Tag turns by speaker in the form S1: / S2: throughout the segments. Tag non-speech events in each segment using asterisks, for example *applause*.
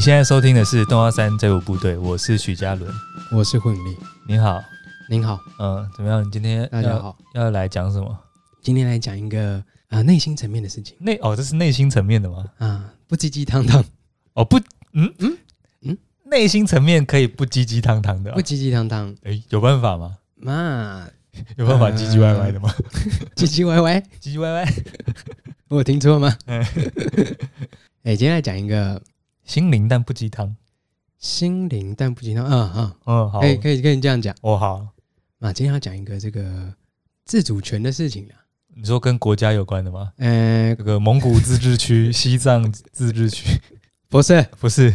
S1: 现在收听的是《动画三这个部队》，我是许嘉伦。
S2: 我是混力。
S1: 你好，
S2: 您好，
S1: 嗯，怎么样？你今天
S2: 大家
S1: 要
S2: 好，
S1: 要来讲什么？
S2: 今天来讲一个呃内心层面的事情
S1: 内哦，这是内心层面的吗？
S2: 啊，不鸡鸡汤 *laughs* 汤，
S1: 哦，不，嗯嗯
S2: 嗯
S1: 嗯
S2: 嗯，
S1: 内心层面可以不鸡鸡汤汤的、啊
S2: 不，呃鸡鸡汤汤，
S1: 哎、有办法吗？
S2: 嘛，
S1: 有办法唧唧歪歪的吗？ *laughs*
S2: 唧唧歪 *laughs* 歪，
S1: 唧唧歪歪，
S2: 我有听错 *laughs* 吗？哎，今天来讲一个
S1: 心灵但不鸡汤。
S2: 心灵但不鸡汤，啊啊，
S1: 嗯，好
S2: 可，以可以跟你这样讲
S1: 哦好，
S2: 啊，今天要讲一个这个自主权的事情啦，
S1: 你说跟国家有关的吗？
S2: 呃，
S1: 这个蒙古自治
S2: *laughs*
S1: 区、西藏自治区，
S2: 不是
S1: 不是？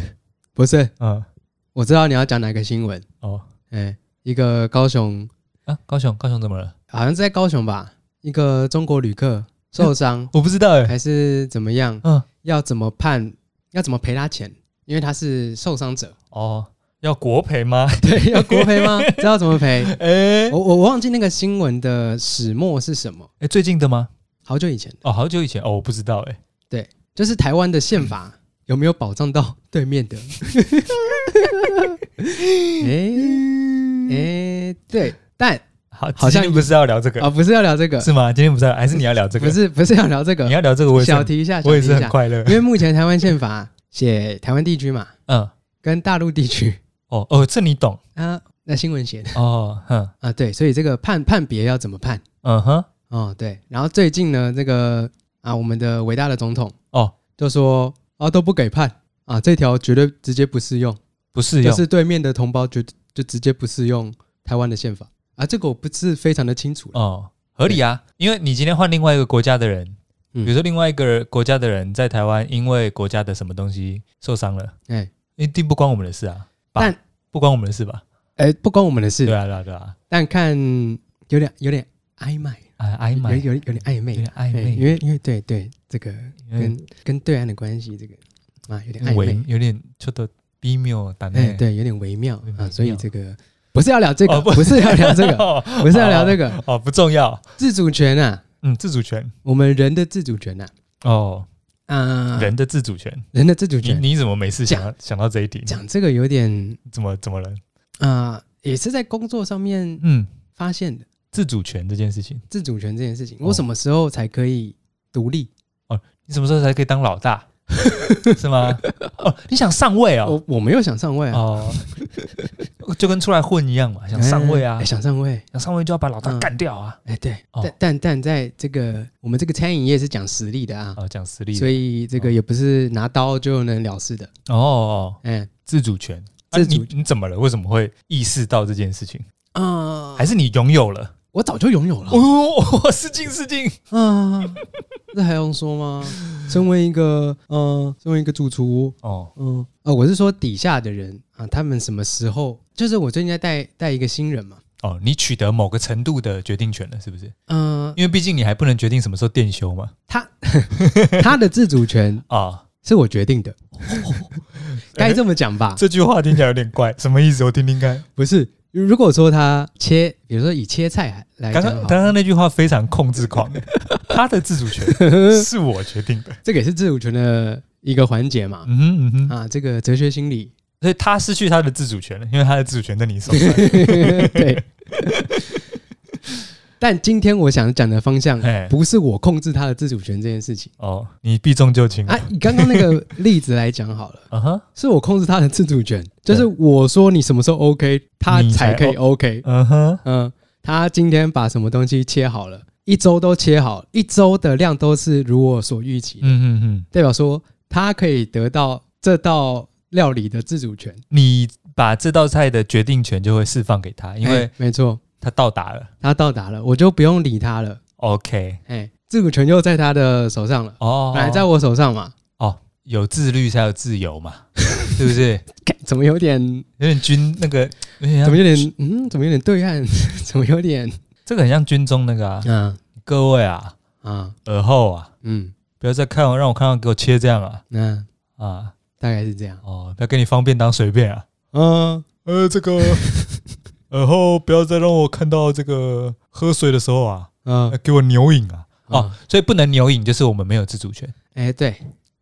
S2: 不是，
S1: 嗯，
S2: 我知道你要讲哪个新闻，
S1: 哦
S2: 哎，一个高雄，
S1: 啊，高雄，高雄怎么了？
S2: 好像是在高雄吧，一个中国旅客受伤。 *laughs*
S1: 我不知道哎、
S2: 还是怎么样？
S1: 嗯，
S2: 要怎么判？要怎么赔他钱？因为他是受
S1: *laughs*
S2: 伤者，
S1: 哦，要国赔吗？
S2: 对，要国
S1: *laughs*
S2: 赔吗？知道怎么赔？
S1: 哎、
S2: 我我我忘记那个新闻的始末是什么，
S1: 哎，最近的吗？
S2: 好久以前，
S1: 哦，好久以前哦，我不知道哎、
S2: 就是台湾的宪
S1: 嗯
S2: 法有没有保障到对
S1: *laughs*
S2: 面的？哎哎，对，但
S1: 好，
S2: 好
S1: 今
S2: 像
S1: 天不是要聊这个、
S2: 啊，不是要聊这个，
S1: 是吗？今天不是要，还是你要聊这个？
S2: 不，是不是要聊这
S1: 你
S2: 个，
S1: 要聊这个，我也是
S2: 小
S1: 很，
S2: 提一下，小
S1: 我也
S2: 提
S1: 是
S2: 一
S1: 很
S2: 下，
S1: 快乐
S2: 因。为目前台湾宪法写台湾地区嘛，
S1: 嗯，
S2: 跟大陆地区
S1: 哦哦，这你懂
S2: 啊，那新闻写的。
S1: 哦，哼
S2: 啊，对，所以这个判判别要怎么判？
S1: 嗯哼，
S2: 哦，对，然后最近呢，这个啊，我们的伟大的总统
S1: 哦，
S2: 就说啊，都不给判啊，这条绝对直接不适用，
S1: 不适
S2: 就
S1: 用。
S2: 是对面的同胞绝就直接不适用台湾的宪法啊，这个我不是非常的清楚了，
S1: 哦，合理啊，因为你今天换另外一个国家的人，
S2: 嗯
S1: 比如说另外一个国家的人在台湾，因为国家的什么东西受伤了，
S2: 哎
S1: 一定不关我们的事啊，吧
S2: 但
S1: 不关我们的事吧？
S2: 哎，不关我们的事，
S1: 对啊，对啊，对啊，
S2: 但看有点有点暧昧，
S1: 哎，哎
S2: 有
S1: 妈，有
S2: 有有点暧昧
S1: 点
S2: 啦，
S1: 暧
S2: 哎
S1: 昧，
S2: 因为因为对对，这个
S1: 因为
S2: 跟跟对岸的关系，这个啊有点暧
S1: 微
S2: 昧，
S1: 有点ちょっと微妙だ
S2: 哎
S1: ね。，
S2: 对，有点微妙
S1: 微妙
S2: 啊，所以这个不是要聊这个，
S1: 哦不
S2: 不是要聊这个。
S1: *laughs* 哦，
S2: 不是要聊这个
S1: 哦，不重要。
S2: 自主权啊，
S1: 嗯，自主权
S2: 我们人的自主权呐、
S1: 哦，
S2: 啊，啊，
S1: 人的自主权。
S2: 人嗯的自主
S1: 你
S2: 权。
S1: 你怎么每次想到想到这一题？
S2: 讲这个有点
S1: 怎么怎么了？
S2: 啊、也是在工作上面
S1: 嗯，
S2: 发现的
S1: 自主权这件事情，
S2: 自主权这件事情。
S1: 哦
S2: 我什么时候才可以独立？
S1: 你什么时候才可以当老大？ *laughs* 是吗？哦，你想上位哦？
S2: 我我没有想上位啊，
S1: 哦， *laughs* 就跟出来混一样嘛，想上位啊
S2: 哎，想上位。
S1: 想上位就要把老大
S2: 嗯
S1: 干掉啊。
S2: 哎，对，
S1: 哦
S2: 但但但在这个我们这个餐饮业是讲实力的啊，
S1: 哦，讲实力的，
S2: 所以这个也不是拿刀就能了事的。
S1: 哦哦，
S2: 哎，
S1: 自主权。啊
S2: 自主
S1: 你你怎么了？为什么会意识到这件事情？
S2: 啊、
S1: 还是你拥有了？
S2: 我早就拥有了
S1: 哦，失敬失敬。
S2: *laughs* 啊，这还用说吗？ *laughs* 身为一个嗯、呃身为一个主厨，
S1: 哦，
S2: 嗯，呃，我是说底下的人啊，他们什么时候？就是我最近在带带一个新人嘛，
S1: 哦，你取得某个程度的决定权了，是不是？
S2: 嗯、
S1: 因为毕竟你还不能决定什么时候电休嘛。
S2: 他他的自主权 *laughs*
S1: 啊、
S2: 是我决 *laughs* 定的，该这么讲吧？
S1: 这句话听起来有点怪，什么意思？我听听看。
S2: 不是，如果说他切，比如说以切菜来
S1: 刚
S2: 讲
S1: 刚
S2: 好，
S1: 刚刚那句话非常控制 *laughs* 狂，他的自主权 *laughs* 是我决定的。
S2: *laughs* 这个也是自主权的一个环节嘛。
S1: 嗯哼嗯哼，
S2: 啊，这个哲学心理，
S1: 所以他失去他的自主权了，因为他的自主权在你手 *laughs* 上。
S2: *laughs*
S1: *laughs*
S2: 对。但今天我想讲的方向
S1: 哎，
S2: 不是我控制他的自主权这件事情
S1: 哦，你避重就轻
S2: 啊
S1: 啊。。
S2: 以刚刚那个例子来讲好了。
S1: 嗯哼，
S2: 是我控制他的自
S1: *laughs*
S2: 主权，就是我说你什么时候 OK，他
S1: 你才
S2: 才可以 OK。
S1: 嗯哼，
S2: 嗯，他今天把什么东西切好了，一周都切好，一周的量都是如我所预期，
S1: 嗯嗯嗯，
S2: 代表说他可以得到这道料理的自主权。
S1: 你把这道菜的决定权就会释放给他，因为
S2: 哎没错，
S1: 他到达了。
S2: 他到达了，我就不用理他了。
S1: OK，
S2: 哎，自主权就在他的手上了，
S1: 哦，
S2: 本来在我手上嘛，
S1: 有自律才有自由嘛， *laughs* 是不是？
S2: 干怎么有点，
S1: 有点军那个，有点
S2: 怎
S1: 像
S2: 么有点，嗯，怎么有点对岸， *laughs* 怎么有点，
S1: 这个很像军中那个啊，
S2: 啊
S1: 各位啊，
S2: 啊，
S1: 耳后啊，
S2: 嗯，
S1: 不要再看我，让我看到给我切这样啊
S2: 那、
S1: 啊
S2: 大概是这样，
S1: 哦，不要给你方便当随便啊，
S2: 嗯。
S1: 呃，这个 *laughs* 耳后不要再让我看到这个喝水的时候啊，
S2: 嗯
S1: 呃给我牛饮啊，哦
S2: 啊，，
S1: 所以不能牛饮就是我们没有自主权，
S2: 哎、对，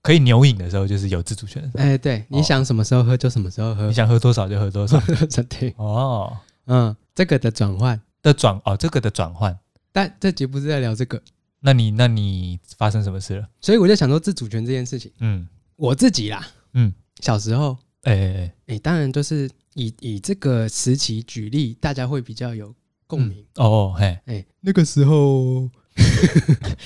S1: 可以牛饮的时候，就是有自主权的时候，
S2: 哎、对，你想什么时候喝就什么时候喝
S1: 你，想喝多少就喝多少。
S2: *laughs* 对，
S1: 哦，
S2: 嗯，这个的转换，
S1: 的转哦，这个的转换，
S2: 但这集不是在聊这个，
S1: 那你那你发生什么事了？
S2: 所以我就想说自主权这件事情，
S1: 嗯，
S2: 我自己啦，
S1: 嗯，
S2: 小时候，
S1: 哎、哎哎
S2: 哎、当然就是以以这个时期举例，大家会比较有共鸣。
S1: 哦嘿，
S2: 那个时候，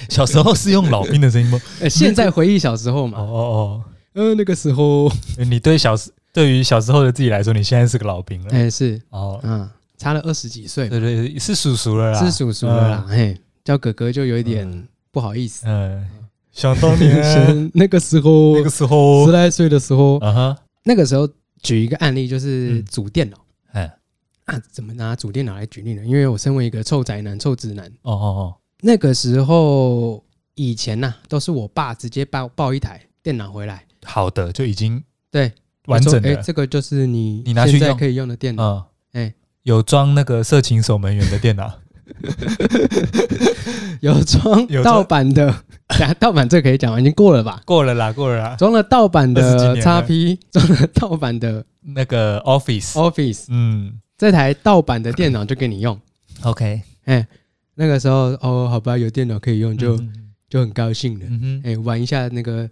S1: 小时候是用老兵的声音
S2: *laughs*
S1: 吗？
S2: 呃，现在回忆小时候
S1: 哦
S2: 嘛，
S1: 哦
S2: 嗯、那个时候，
S1: 哦，你对小时对于小时候的自己来说，你现在是个老兵了。
S2: 哎、是，
S1: 哦，
S2: 嗯，差了二十几岁嘛，
S1: 对对，是叔叔了啦，
S2: 是叔叔了啦，嘿，叫哥哥就有一点
S1: 嗯
S2: 不好意思。
S1: 嗯。嗯，想当年
S2: *laughs* 是那个时候
S1: 那个时候
S2: 十，来岁的时候，
S1: 啊哈，
S2: 那个时候举一个案例，就是
S1: 嗯
S2: 组电脑、
S1: 哎，
S2: 啊，怎么拿组电脑来举例呢？因为我身为一个臭宅男、臭直男，
S1: 哦哦
S2: 那个时候以前呐、都是我爸直接抱抱一台电脑回来，
S1: 哦，好的，就已经
S2: 对，
S1: 完整
S2: 哎、
S1: 的，
S2: 这个就是你
S1: 你拿去
S2: 现在
S1: 用
S2: 可以用的电脑，
S1: 嗯，
S2: 哎
S1: 有装那个色情守门员的电脑，
S2: *laughs* 有装
S1: 有装
S2: 盗
S1: *laughs*
S2: 版的，等下盗版这个可以讲完，已经 *laughs* 过了吧？
S1: 过了啦，过了啦，
S2: 装了盗版
S1: 二十几
S2: 的
S1: 年
S2: x
S1: 了
S2: P，装了盗版的
S1: *laughs* 那个 Office，
S2: Office，
S1: 嗯
S2: 这台盗版的电脑就给你用。
S1: ，OK，
S2: 哎，那个时候哦，好吧，有电脑可以用，就、
S1: 嗯
S2: 就很高兴了。
S1: 嗯哼，
S2: 哎，玩一下那个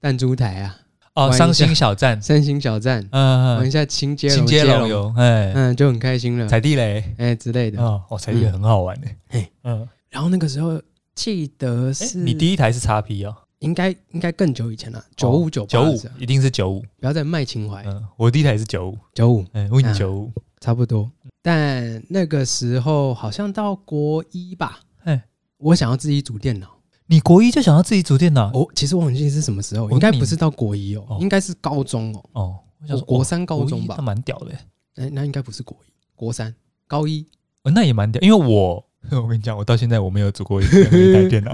S2: 弹珠台啊，
S1: 哦，
S2: 玩一下
S1: 伤心小站，
S2: 三星小站，
S1: 嗯
S2: 玩一
S1: 嗯，
S2: 下清街
S1: 进
S2: 龙
S1: 阶
S2: 接
S1: 龙
S2: 龙，
S1: 游，哎，
S2: 嗯，就很开心了，
S1: 踩地雷，
S2: 哎之类的。
S1: 哦，哦，踩地雷
S2: 嗯
S1: 很好玩诶
S2: 嘿，
S1: 嗯，
S2: 然后那个时候记得
S1: 哎
S2: 是
S1: 你第一台是叉 P 哦，
S2: 应该应该更久以前了，九五九
S1: 九
S2: 八啊哎
S1: 五，一定是九五，
S2: 不要再卖情怀，
S1: 嗯，我第一台是九五，
S2: 九五
S1: 嗯，Win
S2: 啊
S1: 九五，
S2: 差不多。但那个时候好像到国一吧，
S1: 哎，
S2: 我想要自己组电脑。
S1: 你国一就想要自己组电脑，
S2: 哦，其实我忘记是什么时候，
S1: 我
S2: 应该
S1: 跟你
S2: 不是到国一哦
S1: 哦，
S2: 应该是高中哦，
S1: 哦，我想
S2: 我
S1: 说
S2: 国
S1: 哇
S2: 三高
S1: 国
S2: 中
S1: 一
S2: 吧
S1: 那。蛮屌的欸。
S2: 哎、那应该不是国一，国三、高一，
S1: 哦那也蛮屌，因为我 *laughs* 我跟你讲，我到现在我没有组过一一台
S2: *laughs*
S1: 电脑，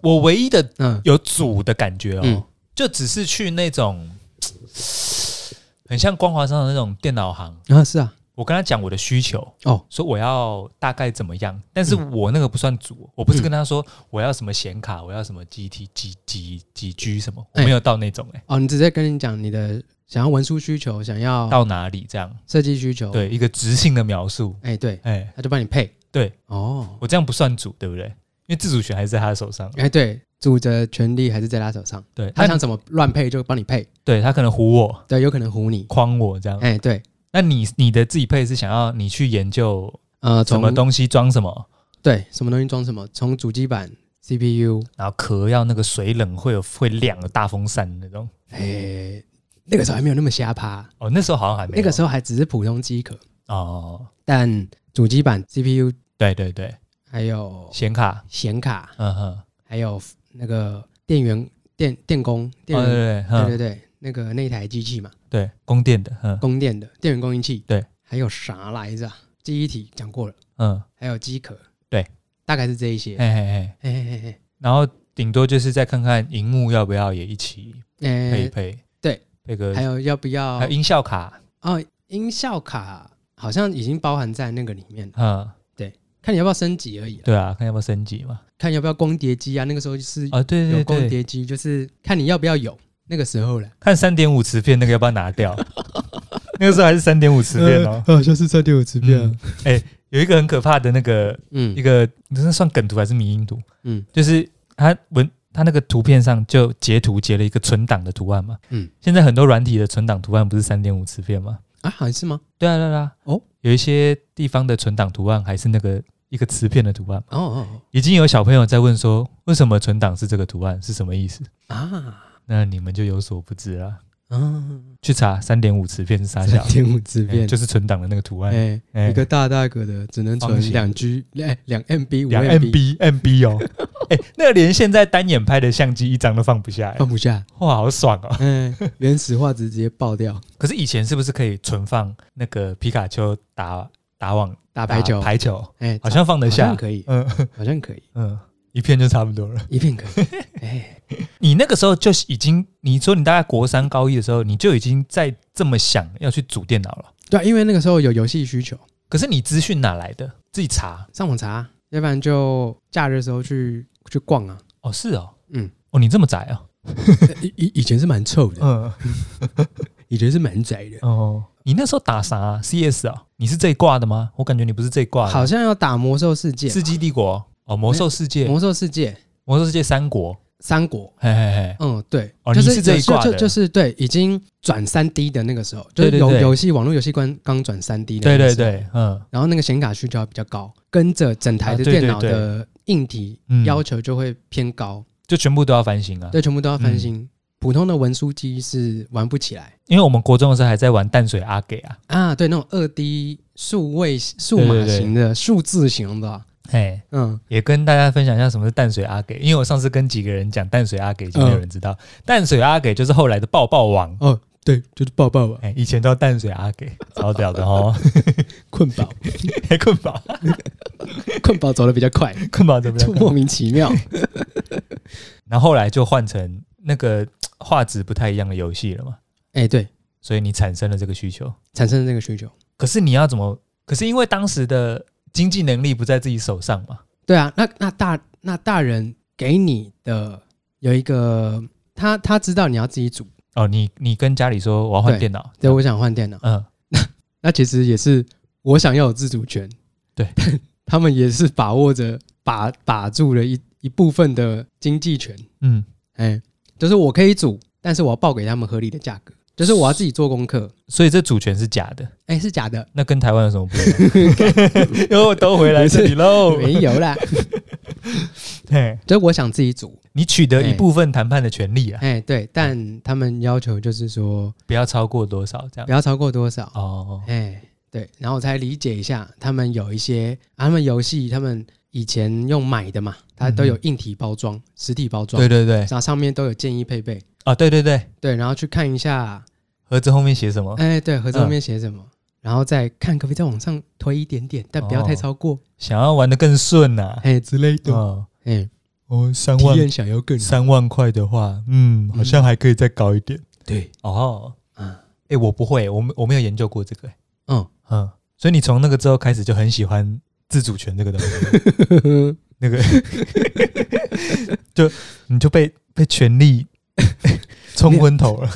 S1: 我唯一的
S2: 嗯，
S1: 有组的感觉哦，
S2: 嗯
S1: 就只是去那种很像光华商场那种电脑行，
S2: 啊，是啊，
S1: 我跟他讲我的需求，
S2: 哦，嗯
S1: 说我要大概怎么样，但是我那个不算组，我不是跟他说我要什么显卡，我要什么 GT 几几几 G 什么，我
S2: 哎
S1: 没有到那种哎、
S2: 哦，你直接跟你讲你的想要文书需求，想要
S1: 到哪里这样，
S2: 设计需求，，
S1: 对一个直性的描述，
S2: 哎、对，
S1: 哎、
S2: 他就帮你配，
S1: 对
S2: 哦，
S1: 我这样不算组对不对？因为自主权还是在他的手上，
S2: 哎、对，主的权利还是在他手上，
S1: 对
S2: 他
S1: 那
S2: 想怎么乱配就帮你配，
S1: 对他可能唬我，
S2: 对，有可能唬你，
S1: 框我这样。
S2: 哎、对，
S1: 那你你的自己配是想要你去研究
S2: 呃，
S1: 什
S2: 从
S1: 么东西装什么，
S2: 对什么东西装什么，从主机板、CPU，
S1: 然后壳要那个水冷会有会亮的大风扇那种。
S2: 哎、那个时候还没有那么瞎趴，
S1: 哦，那时候好像还没有
S2: 那个时候还只是普通机壳，
S1: 哦，
S2: 但主机板、CPU
S1: 对对对，
S2: 还有
S1: 显卡，
S2: 显卡。
S1: 嗯哼，哦
S2: 还有 f- 那个电源电电工
S1: 对
S2: 电源、
S1: 对对嗯
S2: 对对对，那个那一台机器嘛，
S1: 对，供电的，嗯
S2: 供电的电源供应器，
S1: 对，
S2: 还有啥来着啊？记忆体讲过了，
S1: 嗯，
S2: 还有机壳，
S1: 对，
S2: 大概是这一些。
S1: 嘿嘿嘿，
S2: 哎哎
S1: 然后顶多就是再看看荧幕要不要也一起配
S2: 哎
S1: 一
S2: 哎
S1: 配，
S2: 对，
S1: 配个
S2: 哎，还有要不要
S1: 呃还有音效卡，
S2: 哦？音效卡好像已经包含在那个里面了，
S1: 嗯，
S2: 看你要不要升级而已啦，
S1: 对啊，看要不要升级嘛。
S2: 看要不要光碟机啊？那个时候就是
S1: 啊，对
S2: 有
S1: 对
S2: 光
S1: 对，
S2: 碟机，就是看你要不要有那个时候了。
S1: 看三点五磁片那个要不要拿
S2: *laughs*
S1: 掉？那个时候还是三点五磁片哦。
S2: 呃，好像是在第五磁片
S1: 嗯
S2: 啊。
S1: 哎、有一个很可怕的那个
S2: 嗯
S1: 一个，那算梗图还是迷因图？
S2: 嗯
S1: 就是他文他那个图片上就截图截了一个存档的图案嘛。
S2: 嗯
S1: 现在很多软体的存档图案不是三点五磁片吗？
S2: 啊，好像是吗？
S1: 对啊对啊对啊。
S2: 哦，
S1: 有一些地方的存档图案还是那个一个磁片的图案。
S2: 哦哦
S1: 已经有小朋友在问说，为什么存档是这个图案是什么意思？
S2: 哦啊。
S1: 那你们就有所不知啦。
S2: 嗯，
S1: 去查三点五磁片是啥
S2: 三
S1: 小，
S2: 点五自
S1: 哎
S2: 变，
S1: 就是存档的那个图案。
S2: 哎、
S1: 哎
S2: 一个大大个的，只能存
S1: 方形
S2: 两 G，哎，两 MB，五
S1: 两 MB MB *laughs* 哦，哎、那连现在单眼拍的相机一张都放不下、哎
S2: 放不下，
S1: 哇，好爽哦！ *laughs*
S2: 嗯、原始画质直接爆掉，
S1: 可是以前是不是可以存放那个皮卡丘打打网
S2: 打排球，
S1: 排球
S2: 哎、
S1: 好像放得
S2: 好
S1: 下
S2: 像，可以，
S1: 嗯
S2: 好像可以，
S1: 嗯，一片就差不多了。
S2: 一片可以，哎、
S1: 你那个时候就已经，你说你大概国三高一的时候，你就已经在这么想要去组电脑了。
S2: 对啊、因为那个时候有游戏需求，
S1: 可是你资讯哪来的？自己查
S2: 上网查，要不然就假日的时候去去逛啊，
S1: 哦，是哦，
S2: 嗯，
S1: 哦，你这么宅哦，
S2: 以以以前是蛮臭的，
S1: 嗯，
S2: 以前是蛮窄的，
S1: 哦，你那时候打啥、CS 啊？你是这一挂的吗？我感觉你不是这一挂的。
S2: 好像要打魔兽世界吧，
S1: 世纪帝国哦，魔兽世界，
S2: 魔兽世界
S1: 魔兽世界三国，
S2: 三国。
S1: 嘿嘿嘿，
S2: 嗯，对，
S1: 哦
S2: 就
S1: 你是这一
S2: 就
S1: 挂的
S2: 就就是对，已经转三 D 的那个时候，
S1: 对
S2: 就是
S1: 对
S2: 游
S1: 对
S2: 游戏网络游戏关刚转三 D 的，
S1: 对对。对，嗯
S2: 然后那个显卡需求要比较高，跟着整台
S1: 啊
S2: 的
S1: 对对
S2: 电脑
S1: 对
S2: 的硬体
S1: 嗯，
S2: 要求就会偏高，
S1: 就全部都要翻新啊。
S2: 对，全部都要翻新。普通的文书机是玩不起来
S1: 因为我们国中的时候还在玩淡水阿给啊，
S2: 啊，对，那种二 D 数位数码
S1: 对对对
S2: 型的、数字型的，
S1: 嘿，
S2: 嗯，
S1: 也跟大家分享一下什么是淡水阿给，因为我上次跟几个人讲淡水阿给，就没有人知道，淡水阿给就是后来的抱抱网。
S2: 哦，对，就是抱抱啊 *laughs* 吧，
S1: 哎、以前叫淡水阿给，超屌的哦！
S2: 困饱，
S1: 哎困饱，
S2: 困饱走的比较 *laughs* 快，
S1: 困饱怎么
S2: 就
S1: 样？
S2: 莫名其 *laughs* 妙。
S1: 然后后来就换成那个画质不太一样的游戏了嘛，
S2: 哎，对，
S1: 所以你产生了这个需求。
S2: 产生了这个需求。
S1: 可是你要怎么？可是因为当时的经济能力不在自己手上嘛，
S2: 对啊，那那大那大人给你的有一个，他他知道你要自己组，
S1: 哦，你你跟家里说我要换
S2: 对
S1: 电脑，
S2: 对我想换电脑，
S1: 嗯，
S2: 那其实也是我想要有自主权，
S1: 对，
S2: 但 *laughs* 他们也是把握着把把住了一一部分的经济权，
S1: 嗯，
S2: 哎，就是我可以组，但是我要报给他们合理的价格，就是我要自己做功课，
S1: 所以这主权是假的，
S2: 哎，是假的，
S1: 那跟台湾有什么不一样？
S2: *laughs*
S1: 又都回来这里喽。
S2: 没有
S1: 哦
S2: 啦，
S1: 嘿
S2: 就是我想自
S1: *laughs*
S2: 己组，
S1: 你取得一部分谈判的权利啊，
S2: 哎，对，但他们要求就是说
S1: 不要超过多少这样
S2: 不。要超过多少。
S1: 哦，
S2: 哎，对，然后我才理解一下，他们有一些、啊他们游戏，他们以前用买的嘛，它都有
S1: 嗯
S2: 硬体包装、实体包装，
S1: 对对对
S2: 然，后上面都有建议配备，
S1: 啊，对对对，
S2: 对，然后去看一下，
S1: 盒子后面写什么？
S2: 哎，对，盒子
S1: 嗯
S2: 后面写什么，然后再看可不可以再往上推一点点，但不要
S1: 哦
S2: 太
S1: *laughs*
S2: 超过，
S1: 想要玩的更顺呐。
S2: 哎之类的，
S1: 哦，
S2: 哎，
S1: 哦，三
S2: 体
S1: 万
S2: 验想要更好
S1: 三万块的话，嗯，好像还可以再高一点。
S2: 对，
S1: 哦，
S2: 啊，
S1: 哎，我不会，我没我没有研究过这个，哎
S2: 嗯，
S1: 嗯，所以你从那个之后开始就很喜欢自主权这个东西，
S2: *laughs*
S1: 那个就你就被被权
S2: *laughs*
S1: 力冲昏头了。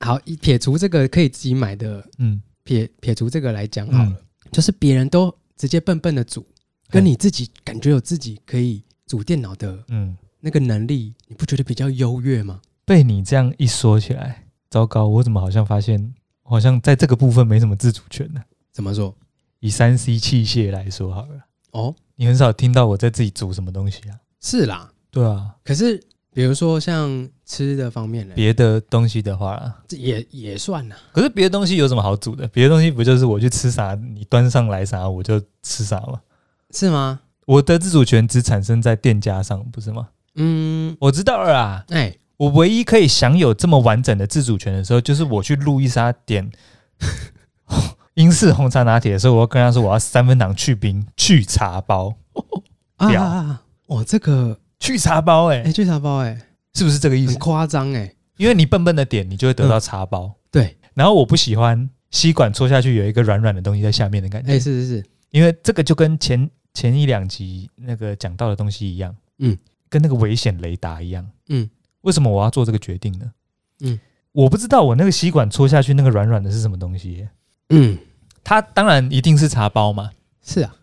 S2: 好，一撇除这个可以自己买的，
S1: 嗯，
S2: 撇撇除这个来讲好了，就是别人都直接笨笨的组，跟
S1: 嘿
S2: 你自己感觉有自己可以组电脑的
S1: 嗯，
S2: 那个能力，你不觉得比较优越吗？
S1: 被你这样一说起来，糟糕，我怎么好像发现，我好像在这个部分没什么自主权呢、
S2: 怎么说？
S1: 以三 C 器械来说好了，
S2: 哦，
S1: 你很少听到我在自己煮什么东西啊。
S2: 是啦。
S1: 对啊，
S2: 可是比如说像吃的方面呢，
S1: 别的东西的话啦，
S2: 这也也算啦。
S1: 可是别的东西有什么好煮的？别的东西不就是我去吃啥，你端上来啥我就吃啥吗？
S2: 是吗？
S1: 我的自主权只产生在店家上，不是吗？
S2: 嗯，
S1: 我知道了啦，
S2: 哎，
S1: 我唯一可以享有这么完整的自主权的时候，就是我去路易莎点 *laughs* 英式红茶拿铁的时候，我要跟他说我要三分糖去冰去茶包，
S2: 啊
S1: 屌
S2: 啊，啊哇，这个
S1: 去茶包、欸，
S2: 哎，去茶包哎，
S1: 是不是这个意
S2: 很
S1: 思？
S2: 夸张哎，
S1: 因为你笨笨的点，你就会得到茶包。
S2: 对，
S1: 然后我不喜欢吸管戳下去有一个软软的东西在下面的感觉，
S2: 哎，是是是，
S1: 因为这个就跟前前一两集那个讲到的东西一样，
S2: 嗯，
S1: 跟那个危险雷达一样，
S2: 嗯，
S1: 为什么我要做这个决定呢？
S2: 嗯，
S1: 我不知道我那个吸管戳下去那个软软的是什么东西耶、
S2: 嗯，
S1: 它当然一定是茶包嘛，
S2: 是啊，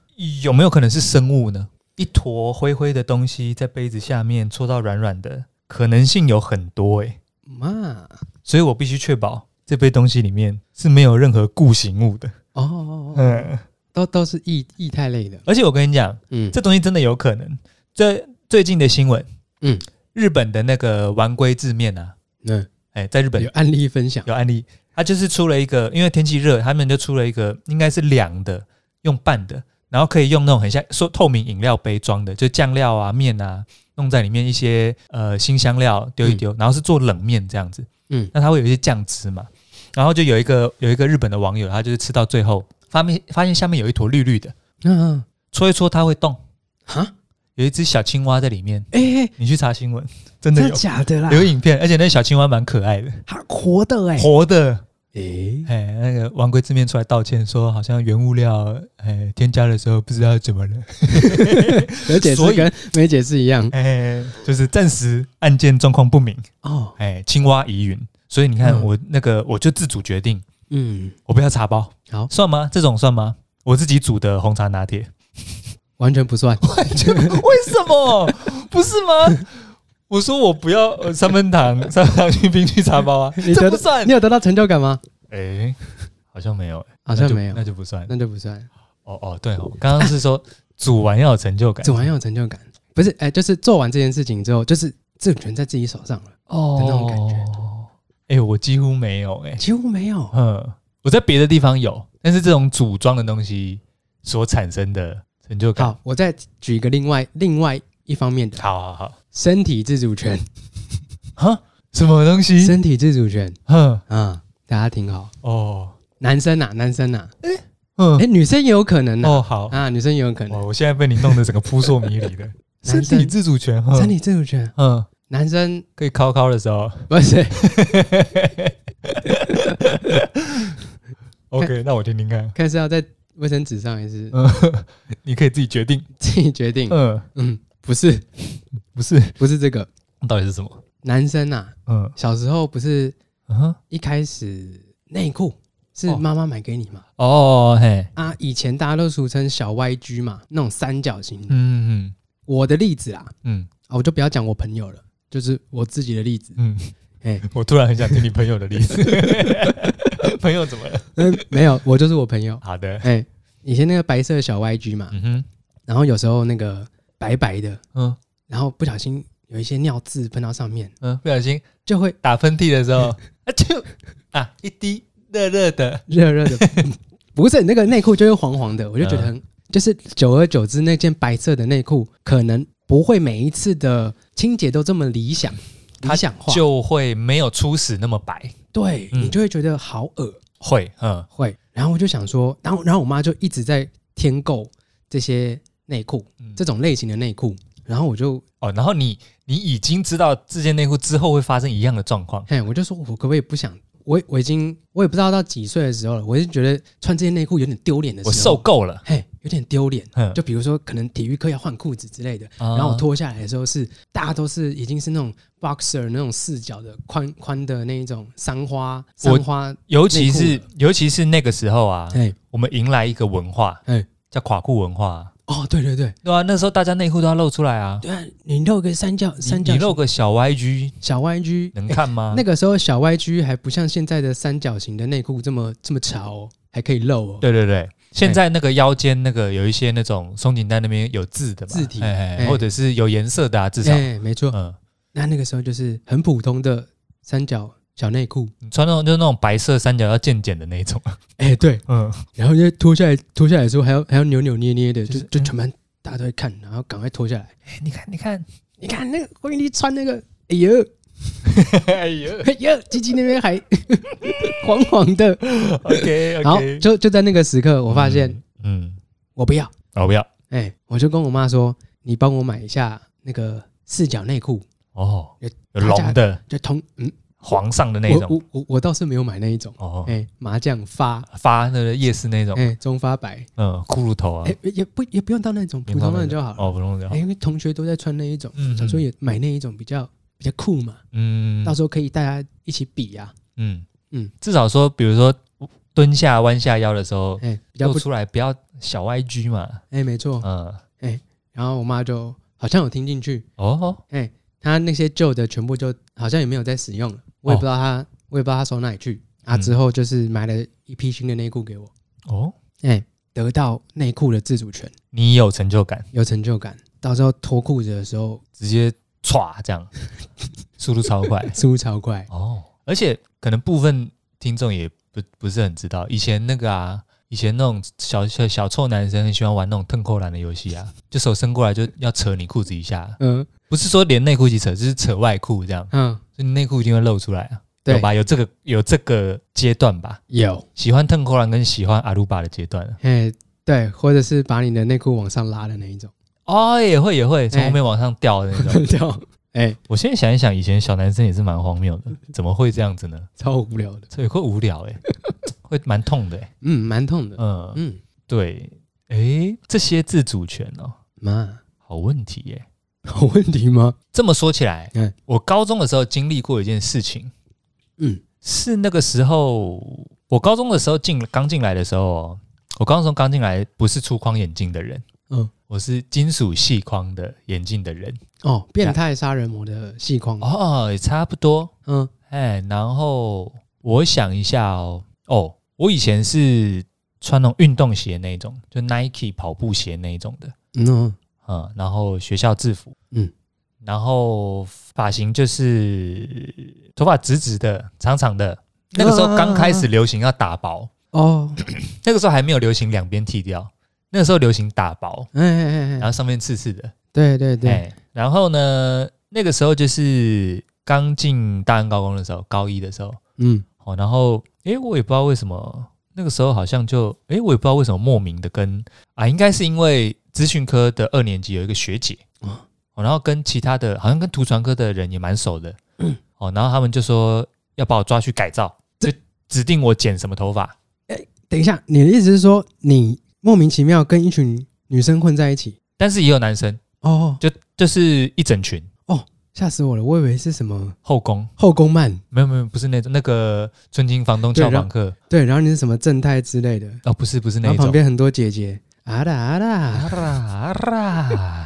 S1: 有没有可能是生物呢？一坨灰灰的东西在杯子下面戳到软软的，可能性有很多诶、
S2: 嘛，
S1: 所以我必须确保这杯东西里面是没有任何固形物的。
S2: 哦哦，哦哦
S1: 嗯，
S2: 都都是液液态类的，
S1: 而且我跟你讲，
S2: 嗯，
S1: 这东西真的有可能。这最近的新闻，
S2: 嗯，
S1: 日本的那个丸龟制面啊，
S2: 嗯，
S1: 哎、在日本
S2: 有案例分享，
S1: 有案例，他就是出了一个，因为天气热，他们就出了一个应该是凉的，用拌的，然后可以用那种很像说透明饮料杯装的，就酱料啊、面啊，弄在里面一些呃新香料丢一丢，然后是做冷面这样子。
S2: 嗯
S1: 那它会有一些酱汁嘛，然后就有一个有一个日本的网友，他就是吃到最后发现发现下面有一坨绿绿的，
S2: 嗯，嗯
S1: 戳一戳它会动，
S2: 哈，
S1: 有一只小青蛙在里面。
S2: 哎，哎
S1: 你去查新闻，真的 *laughs*
S2: 真的
S1: 有
S2: 假的啦？
S1: 有影片，而且那小青蛙蛮可爱的，
S2: 还活的哎，
S1: 活的。
S2: 诶、
S1: 哎，那个王龟字面出来道歉说，好像原物料哎添加的时候不知道怎么了，
S2: 有解
S1: 所
S2: 释
S1: 以
S2: 跟没解释一样
S1: 哎，就是暂时案件状况不明，
S2: 哦。
S1: 哎，青蛙疑云。所以你看
S2: 嗯
S1: 我那个，我就自主决定，
S2: 嗯，
S1: 我不要茶包，
S2: 好
S1: 算吗？这种算吗？我自己煮的红茶拿铁，
S2: 完全不算。
S1: 为什么？不是吗？我说我不要呃三分糖、三分糖去冰去茶包啊，
S2: 你
S1: 这
S2: 得
S1: 不算
S2: *laughs* 你。有得到成就感吗？
S1: 哎、好像没有、
S2: 好像没有
S1: 那就，那就不算。
S2: 那就不算。
S1: 哦哦，对哦，刚刚是说煮完要有成就感，
S2: 做完要有成就感，不是？哎、就是做完这件事情之后，就是政权在自己手上了，
S1: 哦
S2: 的那种感觉。
S1: 哎、我几乎没有哎、
S2: 几乎没有。
S1: 嗯，我在别的地方有，但是这种组装的东西所产生的成就感，
S2: 好，我再举一个另外另外一方面的
S1: 好好好，
S2: 身体自主权，
S1: 哈，什么东西？
S2: 身体自主权
S1: 哼，
S2: 啊、大家挺好。
S1: 哦，
S2: 男生啊，男生啊，
S1: 嗯
S2: 哎、，女生也有可能啊，
S1: 哦，好，
S2: 啊，女生也有可
S1: 哇，
S2: 能。
S1: 我现在被你弄得整个扑朔迷离的。身
S2: *laughs* 男生
S1: 体自主权，
S2: 身
S1: 哼，
S2: 体自主权，
S1: 嗯，
S2: 男生 *laughs*
S1: 可以敲敲的时候
S2: 不是
S1: ，OK，那我听听看，
S2: 看是要在卫生纸上还是
S1: 嗯，你可以自己决定，
S2: 自己决定？
S1: 嗯，
S2: 嗯，不是，
S1: 不是，
S2: 不是这个。
S1: 到底是什么？
S2: 男生啊，
S1: 嗯，
S2: 小时候不是
S1: 嗯哼，
S2: 一开始内裤是
S1: 哦
S2: 妈妈买给你嘛？
S1: 哦，嘿，
S2: 啊，以前大家都俗称小 YG 嘛，那种三角形的。
S1: 嗯嗯
S2: 我的例子啦，
S1: 嗯
S2: 啊，我就不要讲我朋友了，就是我自己的例子。
S1: 嗯，
S2: 哎、
S1: 我突然很想听你朋友的例
S2: *laughs*
S1: 子，朋友怎么了？
S2: 嗯，没有， *laughs* 我就是我朋友。
S1: 好的，
S2: 哎、以前那个白色的小 YG 嘛，
S1: 嗯哼，
S2: 然后有时候那个白白的，
S1: 嗯
S2: 然后不小心有一些尿渍喷到上面，
S1: 嗯，不小心
S2: 就会
S1: 打喷嚏的时
S2: *laughs*
S1: 候，啊就啊一滴热热的，嗯
S2: 热热的， *laughs* 不是那个内裤就会黄黄的，我就觉得很，就是久而久之，那件白色的内裤可能不会每一次的清洁都这么理想理
S1: 它
S2: 想化，
S1: 就会没有初始那么白，
S2: 对、
S1: 嗯
S2: 你就会觉得好恶
S1: 会，嗯
S2: 会。然后我就想说，然后然后我妈就一直在添购这些内裤，
S1: 嗯
S2: 这种类型的内裤。然后我就，
S1: 哦，然后你你已经知道这件内裤之后会发生一样的状况，
S2: 嘿，我就说，我可不可以不想？我我已经，我也不知道到几岁的时候了，我就觉得穿这些内裤有点丢脸的时
S1: 我
S2: 候，
S1: 受，够了。
S2: 嘿，有点丢脸。
S1: 嗯，啊
S2: 就比如说，可能体育课要换裤子之类的，
S1: 然
S2: 然后我脱下来的时候是大家都是已经是那种 boxer 那种四角的宽宽的那一种三花三花，
S1: 尤其
S2: 内
S1: 是
S2: 裤
S1: 尤其是那个时候啊，
S2: 哎
S1: 我们迎来一个文化，
S2: 哎
S1: 叫垮裤文化，啊
S2: 哦对对对
S1: 对啊，那时候大家内裤都要露出来啊，
S2: 对啊，你露个三角
S1: 你
S2: 三角
S1: 你
S2: 形
S1: 露个小 YG
S2: 小 YG
S1: 能
S2: 哎
S1: 看吗？
S2: 那个时候小 YG 还不像现在的三角形的内裤这么这么潮哦，还可以露哦，
S1: 对对对，现在那个腰间那个有一些那种松紧带那边有字的嘛，
S2: 字体
S1: 哎
S2: 哎
S1: 或者是有颜色的啊，至少，
S2: 哎没错，
S1: 嗯，
S2: 那那个时候就是很普通的三角小内裤，
S1: 你穿那种就是那种白色三角要渐渐的那种， *laughs*
S2: 哎对，
S1: 嗯，
S2: 然后就脱下来脱下来的时候还要还要扭扭捏捏的，
S1: 就
S2: 就是嗯就全班大家都会看，然后赶快脱下来，
S1: 哎你看你看，
S2: *laughs* 你看那个郭云丽穿那个，哎呦。
S1: *laughs* 哎呦
S2: 哎呀，鸡鸡那边还 *laughs* 黄黄的。
S1: ，OK
S2: 然后
S1: OK，
S2: 就就在那个时刻，我发现、，
S1: 嗯，哦
S2: 我不要，
S1: 我不要，
S2: 哎、我就跟我妈说，你帮我买一下那个四角内裤，
S1: 哦
S2: 有，
S1: 有龙的
S2: 就通嗯，
S1: 皇上的那
S2: 我
S1: 种，
S2: 我我我倒是没有买那一种，
S1: 哦
S2: 哎、，麻将发，
S1: 发那个夜市那种，
S2: 哎、中发白，
S1: 嗯，骷髅头啊
S2: 哎、，也不也不用到那种普
S1: 棉花
S2: 通
S1: 那
S2: 的
S1: 种
S2: 就好了，
S1: 哦，不用这
S2: 哎、
S1: 样，
S2: 因为同学都在穿那一种，
S1: 嗯
S2: 想说也买那一种比较比较酷嘛，
S1: 嗯
S2: 到时候可以大家一起比呀、
S1: 嗯嗯
S2: 嗯，
S1: 至少说，比如说蹲下弯下腰的时候，
S2: 哎、比较
S1: 露
S2: 不，
S1: 出来不要小 YG 嘛，
S2: 哎、没错，
S1: 嗯，
S2: 然后我妈就好像有听进去，
S1: 哦，
S2: 他那些旧的全部就好像也没有在使用了，我也不知道他，我也不知道他收哪里去啊。
S1: 哦嗯
S2: 之后就是买了一批新的内裤给我，
S1: 哦，
S2: 哎、得到内裤的自主权，
S1: 你有成就感，
S2: 有成就感。到时候脱裤子的时候，
S1: 直接歘这
S2: *laughs*
S1: 样，速度超快
S2: 速超快，
S1: 哦。而且可能部分听众也不不是很知道，以前那个啊，以前那种小小小臭男生很喜欢玩那种腾扣篮的游戏啊，就手伸过来就要扯你裤子一下，
S2: 嗯
S1: 不是说连内裤一起扯，就是扯外裤这样，
S2: 嗯，
S1: 所以你内裤一定会露出来啊，
S2: 对
S1: 有，吧？有这个有这个阶段吧？
S2: 有，
S1: 喜欢腾扣篮跟喜欢阿鲁巴的阶段啊，
S2: 哎、对，或者是把你的内裤往上拉的那一种，
S1: 哎 *laughs* 哦，也会也会从后面往上掉的那种。
S2: *laughs* 对，哎、
S1: 我现在想一想，以前小男生也是蛮荒谬的，怎么会这样子呢？
S2: 超无聊的，
S1: 这也会无聊 *laughs* 哎、会蛮痛的哎、
S2: 嗯，蛮痛的，
S1: 嗯，
S2: 嗯，
S1: 对，哎，这些自主权哦，
S2: 妈， *laughs*
S1: 好问题耶、
S2: 有问题吗？
S1: 这么说起来，
S2: 嗯
S1: 我高中的时候经历过一件事情，
S2: 嗯，
S1: 是那个时候我高中的时候进刚进来的时候哦，我高中刚进来不是粗框眼镜的人，
S2: 嗯，
S1: 我是金属细框的眼镜的人，
S2: 哦，变态杀人魔的细框，
S1: 哦，也差不多，
S2: 嗯，
S1: 哎，然后我想一下哦，哦，我以前是穿那种运动鞋那种，就 Nike 跑步鞋那一种的，
S2: 嗯哦，
S1: 嗯，然后学校制服，
S2: 嗯，
S1: 然后发型就是头发直直的、长长的。那个时候刚开始流行要打薄，
S2: 哦，
S1: 那个时候还没有流行两边剃掉，那个时候流行打薄，
S2: 哎哎哎
S1: 然
S2: 哎，
S1: 后上面刺刺的。
S2: 对对对，
S1: 哎，然后呢，那个时候就是刚进大安高工的时候，高一的时候，
S2: 嗯，
S1: 哦，然后诶，我也不知道为什么，那个时候好像就诶，我也不知道为什么莫名的跟啊，应该是因为资讯科的二年级有一个学姐，
S2: 哦
S1: 哦，然后跟其他的好像跟图传科的人也蛮熟的，
S2: 嗯
S1: 哦，然后他们就说要把我抓去改造，就指定我剪什么头发，
S2: 等一下，你的意思是说你莫名其妙跟一群女生混在一起？
S1: 但是也有男生，
S2: 哦，
S1: 就就是一整群
S2: 吓死我了，我以为是什么
S1: 后宫，
S2: 后宫漫，
S1: 没有没有，不是那种那个纯情房东
S2: 对
S1: 俏
S2: 然
S1: 房客，
S2: 对，然后你是什么正太之类的，
S1: 哦，不是不是那
S2: 然
S1: 一
S2: 后旁
S1: 种。
S2: 边很多姐姐，啊啦啊啦，
S1: 啊啦啊 *laughs* 啦，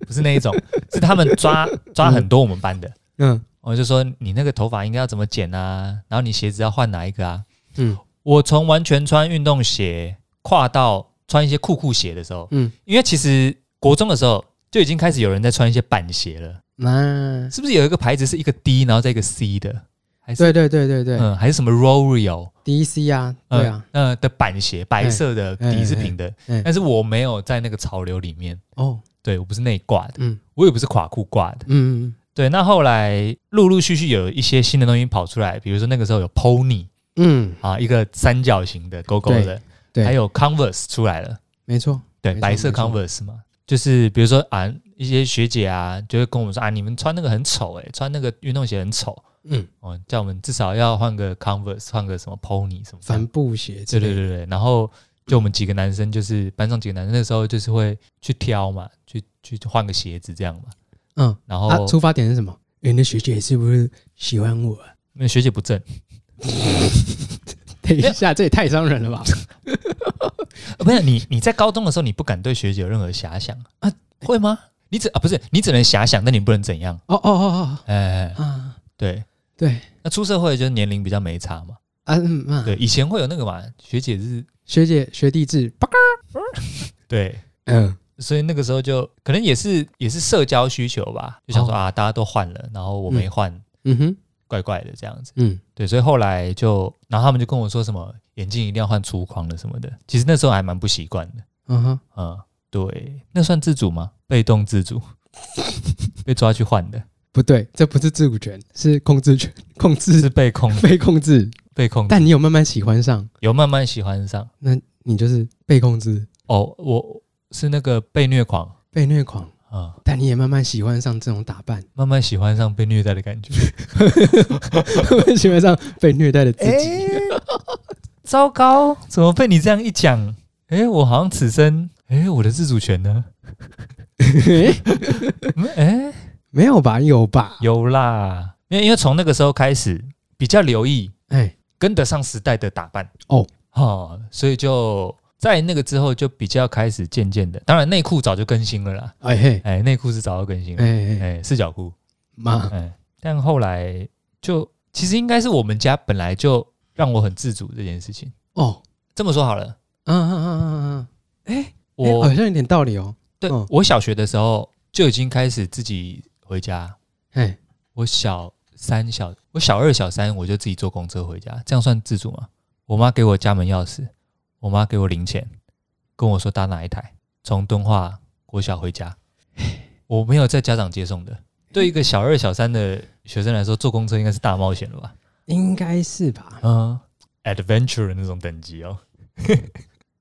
S1: 不是那一种，是他们抓抓很多我们班的。
S2: 嗯
S1: 我就说你那个头发应该要怎么剪啊，然后你鞋子要换哪一个啊？
S2: 嗯
S1: 我从完全穿运动鞋跨到穿一些酷酷鞋的时候，
S2: 嗯，
S1: 因为其实国中的时候就已经开始有人在穿一些板鞋了，
S2: 那
S1: 是不是有一个牌子是一个 D 然后再一个 C 的？还是
S2: 对对对对对
S1: 嗯还是什么 Rorio？
S2: ，DC 啊，对啊，
S1: 呃的板鞋，白色的
S2: 哎
S1: 底是平的
S2: 哎哎，
S1: 但是我没有在那个潮流里面，
S2: 哦，
S1: 对我不是内挂的。
S2: 嗯
S1: 我也不是垮裤挂的。
S2: 嗯
S1: 对，那后来陆陆续续有一些新的东西跑出来，比如说那个时候有 Pony
S2: 嗯，
S1: 啊，一个三角形的勾勾的，
S2: 对，
S1: 还有 Converse 出来了，
S2: 没错，
S1: 对，
S2: 没错
S1: 白色
S2: 没错
S1: Converse 嘛，就是比如说啊，一些学姐啊，就会跟我们说啊，你们穿那个很丑诶、穿那个运动鞋很丑，
S2: 嗯，
S1: 哦，叫我们至少要换个 Converse，换个什么 Pony 什么的，
S2: 帆布鞋之
S1: 对
S2: 类
S1: 对
S2: 的，
S1: 对对，然后就我们几个男生，就是班上几个男生那时候就是会去挑嘛，去去换个鞋子这样嘛，
S2: 嗯，
S1: 然
S2: 啊，
S1: 后
S2: 出发点是什么？哎，那学姐是不是喜欢我啊？
S1: 那学姐不正。
S2: *laughs* 等一下，这也太伤人了吧？
S1: 呃不是你，你在高中的时候，你不敢对学姐有任何遐想啊
S2: 啊？
S1: 会吗？你只啊不是，你只能遐想，但你不能怎样。
S2: *laughs* 哦哦哦
S1: 哎哎，哎
S2: 哦啊，
S1: 对
S2: 对。
S1: 那出社会就是年龄比较没差嘛。
S2: 啊嗯啊，
S1: 对，以前会有那个嘛，学姐是，
S2: 学姐学弟制，啪
S1: 对，
S2: 嗯
S1: 所以那个时候就可能也是也是社交需求吧，就想说、
S2: 哦
S1: 啊，大家都换了，然后我没换，
S2: 嗯哼
S1: 怪怪的这样子。
S2: 嗯
S1: 对，所以后来就，然后他们就跟我说什么眼镜一定要换粗框的什么的。其实那时候还蛮不习惯的。
S2: 嗯哼，
S1: 嗯，对，那算自主吗？被动自主， *laughs* 被抓去换的，
S2: 不对，这不是自主权，是控制权， *laughs* 控
S1: 是
S2: 制
S1: 被控，
S2: 被控制。
S1: 被控制，
S2: 但你有慢慢喜欢上，
S1: 有慢慢喜欢上。
S2: 那你就是被控制、
S1: 哦，我是那个被虐狂
S2: 被虐狂。
S1: 啊、嗯
S2: 但你也慢慢喜欢上这种打扮， *laughs*
S1: 慢慢喜欢上被虐待的感觉。
S2: 慢慢喜欢上被虐待的自己。
S1: 糟糕，怎么被你这样一讲？哎、我好像此生，哎、我的自主权呢？嗯哎、
S2: *laughs* 没有吧？有吧？
S1: 有啦，因为因为从那个时候开始，比较留意
S2: 哎，
S1: 跟得上时代的打扮
S2: 哦，
S1: 哦，所以就在那个之后就比较开始渐渐的，当然内裤早就更新了啦，
S2: 哎嘿，
S1: 哎，内裤是早就更新了，哎、
S2: 哎哎
S1: 四角裤，
S2: 妈，
S1: 哎，但后来就其实应该是我们家本来就让我很自主这件事情。
S2: 哦，
S1: 这么说好了，
S2: 啊啊啊啊啊！哎
S1: 我、
S2: 好像有点道理哦。
S1: 对、
S2: 嗯
S1: 我小学的时候就已经开始自己回家，
S2: 哎，
S1: 我小三小我小二小三我就自己坐公车回家，这样算自主吗？我妈给我家门钥匙，我妈给我零钱，跟我说搭哪一台，从敦化国小回家，我没有在家长接送的。对一个小二小三的学生来说，坐公车应该是大冒险了吧？
S2: 应该是吧？
S1: 嗯，adventure 的那种等级 *laughs* 哦。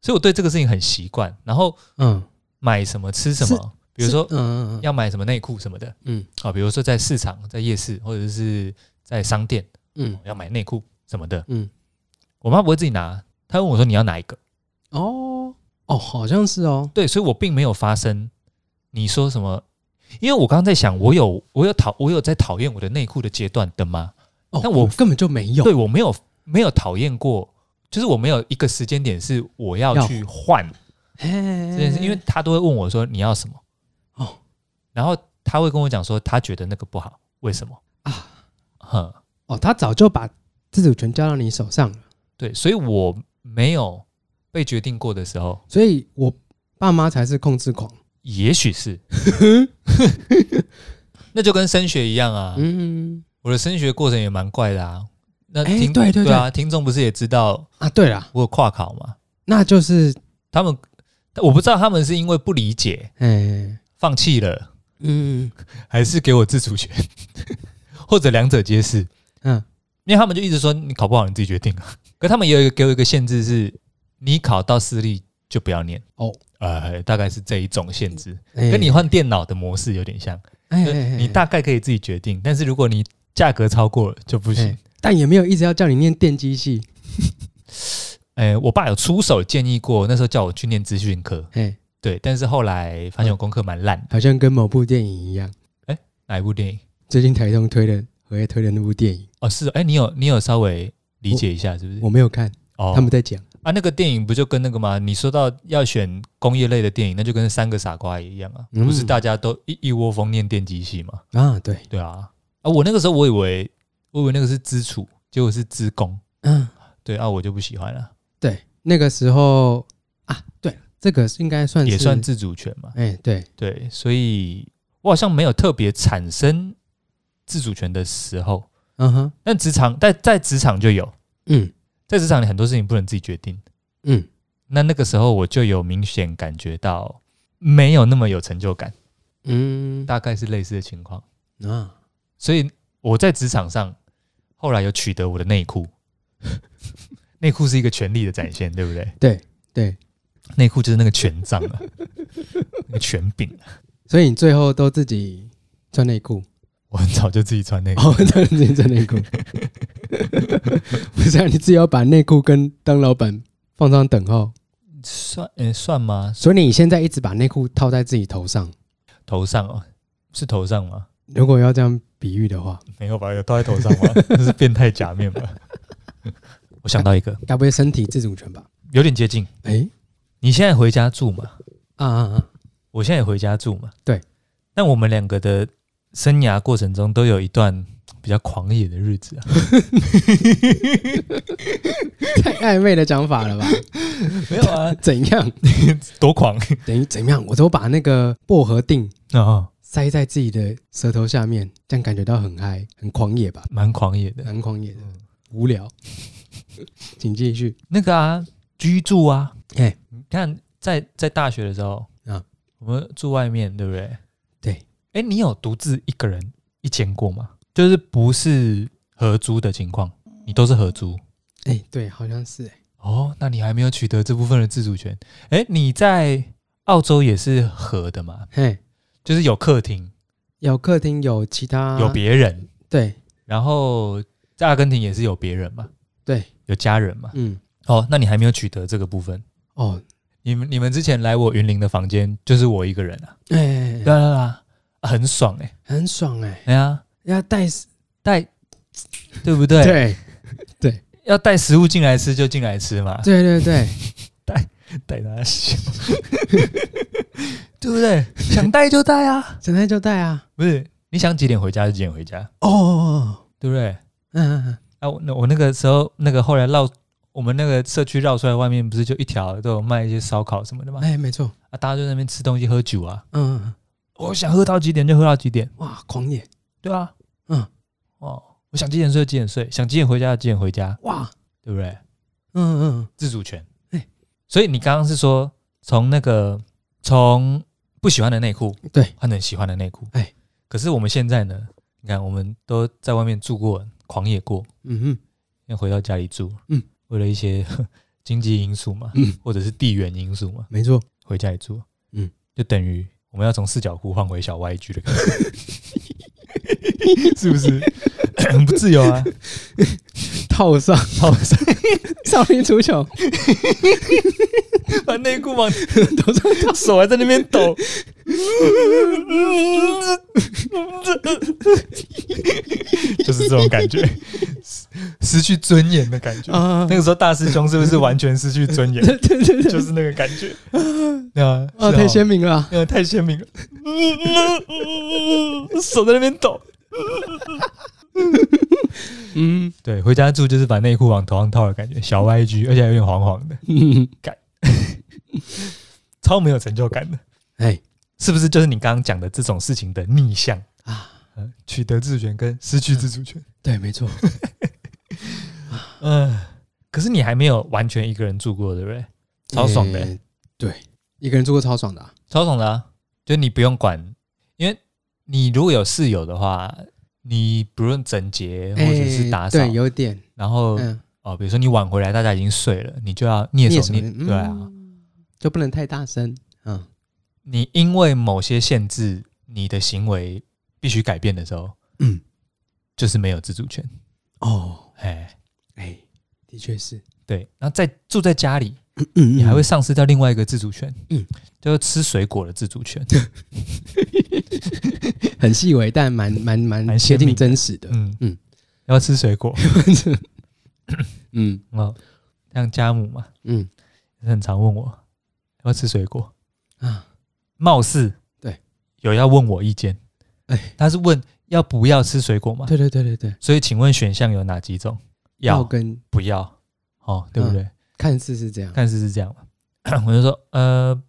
S1: 所以我对这个事情很习惯，然后
S2: 嗯，
S1: 买什么吃什么，比如说
S2: 是嗯嗯嗯
S1: 要买什么内裤什么的
S2: 嗯
S1: 啊，比如说在市场、在夜市或者是在商店
S2: 嗯
S1: 要买内裤什么的，
S2: 嗯，
S1: 我妈不会自己拿，她问我说你要哪一个？
S2: 哦哦，好像是哦，
S1: 对，所以我并没有发生你说什么，因为我刚刚在想，我有我有讨我有在讨厌我的内裤的阶段的吗？
S2: 哦，
S1: 但我
S2: 根本就没有，
S1: 对我没有没有讨厌过，就是我没有一个时间点是我要
S2: 要
S1: 去换
S2: 这
S1: 这件事，因为他都会问我说你要什么，
S2: 嗯哦
S1: 然后他会跟我讲说他觉得那个不好，为什么？
S2: 啊
S1: 哼，
S2: 哦，他早就把自主权交到你手上了，
S1: 对，所以我没有被决定过的时候，
S2: 所以我爸妈才是控制狂。
S1: 也许
S2: *laughs*
S1: 是，那就跟升学一样啊，
S2: 嗯
S1: 我的升学过程也蛮怪的啊。那
S2: 哎
S1: 听、
S2: 对对对
S1: 啊，听众不是也知道
S2: 啊，对啦，
S1: 我有跨考嘛？
S2: 那就是
S1: 他们我不知道他们是因为不理解
S2: 哎、
S1: 放弃了，
S2: 嗯
S1: 还是给我自主权，或者两者皆是。
S2: 嗯
S1: 因为他们就一直说你考不好你自己决定啊。 *laughs* 可他们也有一个给我一个限制是，你考到私立就不要念
S2: 哦，
S1: 呃，大概是这一种限制，
S2: 哎
S1: 跟你换电脑的模式有点像，
S2: 哎
S1: 就你大概可以自己决定，但是如果你价格超过了就不行。
S2: 哎但也没有一直要叫你念电机系，
S1: 哎、我爸有出手建议过，那时候叫我去念资讯科，
S2: 哎、
S1: 对，但是后来发现我功课蛮烂的。
S2: 好像跟某部电影一样，
S1: 哪一部电影？
S2: 最近台中推的荷叶推的那部电影，
S1: 哦，是哦哎、你有你有稍微理解一下是不是？
S2: 我没有看，
S1: 哦，
S2: 他们在讲，
S1: 啊，那个电影不就跟那个吗？你说到要选工业类的电影，那就跟三个傻瓜一样啊，
S2: 嗯
S1: 不是大家都一一窝蜂念电机系嘛？
S2: 啊，对，
S1: 对啊，啊，我那个时候我以为我以为那个是资处，结果是资工，
S2: 嗯、
S1: 对啊，我就不喜欢了，
S2: 对，那个时候啊，对，这个应该算是
S1: 也算自主权嘛，
S2: 哎、对，
S1: 对，所以我好像没有特别产生自主权的时候，
S2: 嗯哼，
S1: 但职场在在职场就有，
S2: 嗯
S1: 在职场里很多事情不能自己决定，
S2: 嗯，
S1: 那那个时候我就有明显感觉到没有那么有成就感，
S2: 嗯
S1: 大概是类似的情况。
S2: 啊，
S1: 所以我在职场上后来有取得我的内裤， *laughs* 内裤是一个权力的展现，对不对？
S2: 对对，
S1: 内裤就是那个权杖啊，那个权柄啊。
S2: 所以你最后都自己穿内
S1: *laughs*
S2: 裤，
S1: 我很早就自己穿内裤，
S2: 哦，对，自己穿内裤， *laughs* 不是、啊、你自己要把内裤跟当老板放上等号，
S1: 算嗯、算吗？
S2: 所以你现在一直把内裤套在自己头上，
S1: 头上哦，是头上吗？
S2: 如果要这样比喻的话，
S1: 没有吧？有套在头上吗？ *laughs* 这是变态假面吧？ *laughs* 我想到一个，
S2: 该不会身体自主权吧？
S1: 有点接近。
S2: 哎、
S1: 你现在回家住嘛？
S2: 啊啊啊，
S1: 我现在也回家住嘛？
S2: 对。
S1: 但我们两个的生涯过程中都有一段比较狂野的日子啊。
S2: 太暧昧的讲法了吧？
S1: *laughs* 没有啊，
S2: *laughs* 怎样？
S1: *laughs* 多狂
S2: 等于怎样？我都把那个薄荷定
S1: 啊，
S2: 塞在自己的舌头下面，这样感觉到很嗨、很狂野吧？
S1: 蛮狂野的。
S2: 蛮狂野的，无 *laughs* 聊。请继续。
S1: 那个啊，居住啊，
S2: 哎
S1: 你看在在大学的时候啊
S2: 啊，
S1: 我们住外面，对不对？
S2: 对。
S1: 哎，你有独自一个人一间过吗？就是不是合租的情况，你都是合租
S2: 哎、对，好像是、哎
S1: 哦。那你还没有取得这部分的自主权。哎，你在澳洲也是合的嘛？
S2: 嘿，
S1: 就是有客厅，
S2: 有客厅，有其他，
S1: 有别人，
S2: 对
S1: 然后在阿根廷也是有别人嘛，
S2: 对，
S1: 有家人嘛。
S2: 嗯，
S1: 哦，那你还没有取得这个部分。
S2: 哦，
S1: 你们你们之前来我云林的房间就是我一个人啊，
S2: 哎、
S1: 对啊对啊对啊，啊很爽哎、
S2: 很爽哎、
S1: 欸，哎呀，
S2: 要带
S1: 带对不对？
S2: 对
S1: 要带食物进来吃就进来吃嘛，
S2: 对对对，
S1: 带他笑， *laughs* 对不对？想带就带啊，
S2: 想带就带啊。
S1: 不是你想几点回家就几点回家，
S2: 哦哦哦，
S1: 对不对？
S2: 嗯嗯嗯，
S1: 啊，我那我那个时候那个后来绕我们那个社区绕出来外面不是就一条都有卖一些烧烤什么的嘛，
S2: 哎、没错，
S1: 啊，大家就在那边吃东西喝酒啊，
S2: 嗯嗯，嗯
S1: 我想喝到几点就喝到几点。
S2: 哇，狂野，
S1: 对啊，
S2: 嗯，
S1: 哦，我想几点睡就几点睡，想几点回家就几点回家，
S2: 哇，
S1: 对不对？
S2: 嗯嗯
S1: 自主权。
S2: 哎
S1: 所以你刚刚是说从那个从不喜欢的内裤，
S2: 对，
S1: 换成喜欢的内裤，
S2: 哎，
S1: 可是我们现在呢？你看，我们都在外面住过，狂野过，
S2: 嗯嗯
S1: 要回到家里住，
S2: 嗯，
S1: 为了一些 *laughs* 呵经济因素嘛，
S2: 嗯，
S1: 或者是地缘因素嘛，
S2: 没错，
S1: 回家里住，
S2: 嗯，
S1: 就等于我们要从四角裤换回小 YG 的感觉，是不是很不自由啊？
S2: 套上
S1: 套上
S2: *laughs* 少林足球，
S1: 把内裤往
S2: 头上
S1: 手还在那边抖，就是这种感觉，失失去尊严的感觉。
S2: 啊
S1: 那，个时候大师兄是不是完全失去尊严？
S2: 对对对
S1: 就是那个感觉，对啊，
S2: 啊，
S1: 是
S2: 太鲜明了啊，
S1: 呃，太鲜明了，手在那边抖。
S2: 嗯
S1: 对，回家住就是把内裤往头上套的感觉，小 YG，而且还有点黄黄的，
S2: 嗯，
S1: 超没有成就感的，
S2: *laughs* 哎
S1: 是不是？就是你刚刚讲的这种事情的逆向，
S2: 啊，
S1: 呃取得自主权跟失去自主权。
S2: 对，没错，
S1: 嗯、可是你还没有完全一个人住过，对不对？超爽的、
S2: 哎对，一个人住过超爽的啊，
S1: 超爽的啊！就你不用管，因为你如果有室友的话，你不论整洁或者是
S2: 哎
S1: 打扫，
S2: 对，有点，
S1: 然后、
S2: 嗯，
S1: 哦，比如说你晚回来，大家已经睡了，你就要蹑手
S2: 什么的
S1: 蹑对啊，，
S2: 嗯就不能太大声，嗯，
S1: 你因为某些限制，你的行为必须改变的时候，
S2: 嗯，
S1: 就是没有自主权。
S2: 哦，
S1: 哎，
S2: 哎，的确是，
S1: 对，然后在住在家里，
S2: 嗯
S1: 你还会丧失掉另外一个自主权，
S2: 嗯，
S1: 就是吃水果的自主权。
S2: 很细微，但蛮蛮蛮
S1: 蛮
S2: 接
S1: 鲜
S2: 近
S1: 明的
S2: 真实的，
S1: 嗯
S2: 嗯
S1: 嗯，要吃水
S2: *laughs*
S1: 果
S2: 嗯
S1: 哦，像家母嘛，
S2: 嗯
S1: 很常问我要不要吃水果，
S2: 啊，
S1: 貌似
S2: 对
S1: 有要问我意见，
S2: 哎，
S1: 他是问要不要吃水果嘛？
S2: 对对对对对，
S1: 所以请问选项有哪几种？要
S2: 跟嗯
S1: 不要？哦，对不对？
S2: 看似是这样，
S1: 但是是这样嘛， *clears throat* 我就说呃，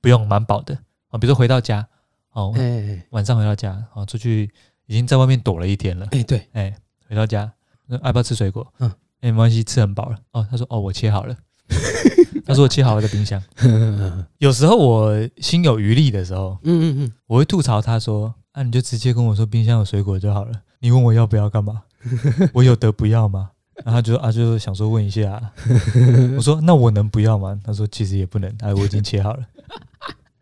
S1: 不用，蛮饱的哦。比如说回到家哦，
S2: 哎哎
S1: 晚上回到家哦，出去已经在外面躲了一天了，
S2: 哎，对，
S1: 哎，回到家那要不要吃水果？
S2: 嗯
S1: 嗯，哎，没关系，吃很饱了。哦，他说哦，我切 *laughs* 好了。他说我切好了在冰箱。
S2: 嗯
S1: 有时候我心有余力的时候，
S2: 嗯嗯，
S1: 我会吐槽他说：“啊，你就直接跟我说冰箱有水果就好了，你问我要不要干嘛？我有得不要吗？”然后他就啊，就想说问一下、啊我说：“那我能不要吗？”他说：“其实也不能，哎，我已经切好了。”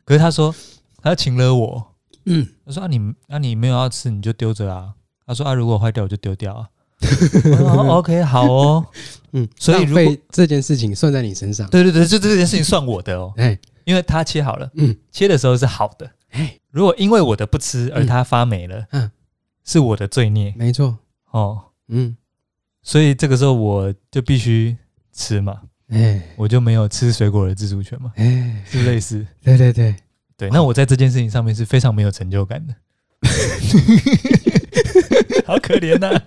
S1: 可是他说他请了我，
S2: 嗯，
S1: 他说：“啊你，啊你没有要吃，你就丢着啊。”他说：“啊，如果坏掉我就丢掉啊。”我说哦 OK，好哦，
S2: 嗯，
S1: 所以
S2: 浪
S1: 如果
S2: 费这件事情算在你身上，
S1: 对对对，就这件事情算我的哦，
S2: 哎，
S1: 因为他切好了，
S2: 嗯，
S1: 切的时候是好的，
S2: 哎，
S1: 如果因为我的不吃而他发霉了，
S2: 嗯嗯
S1: 是我的罪孽
S2: 没错，
S1: 哦，
S2: 嗯，
S1: 所以这个时候我就必须吃嘛，
S2: 哎
S1: 我就没有吃水果的自主权嘛，
S2: 哎，
S1: 是不是类似？
S2: 对对对，
S1: 对，那我在这件事情上面是非常没有成就感的，好可怜啊呐、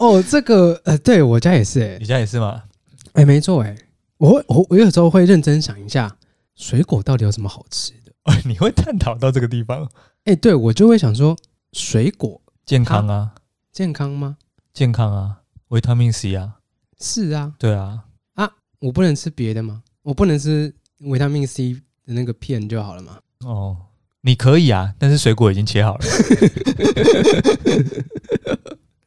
S2: 哦，这个呃，对我家也是，哎
S1: 你家也是吗？
S2: 哎，没错，哎，我会我我有时候会认真想一下，水果到底有什么好吃的？
S1: 哦，你会探讨到这个地方，
S2: 哎，对我就会想说，水果
S1: 健康啊，
S2: 健康吗？
S1: 健康啊，维他命 C 啊，
S2: 是啊，
S1: 对啊，
S2: 我不能吃别的吗？我不能吃维他命 C 的那个片就好了 *laughs* 吗？
S1: 哦，你可以啊，但是水果已经切好了。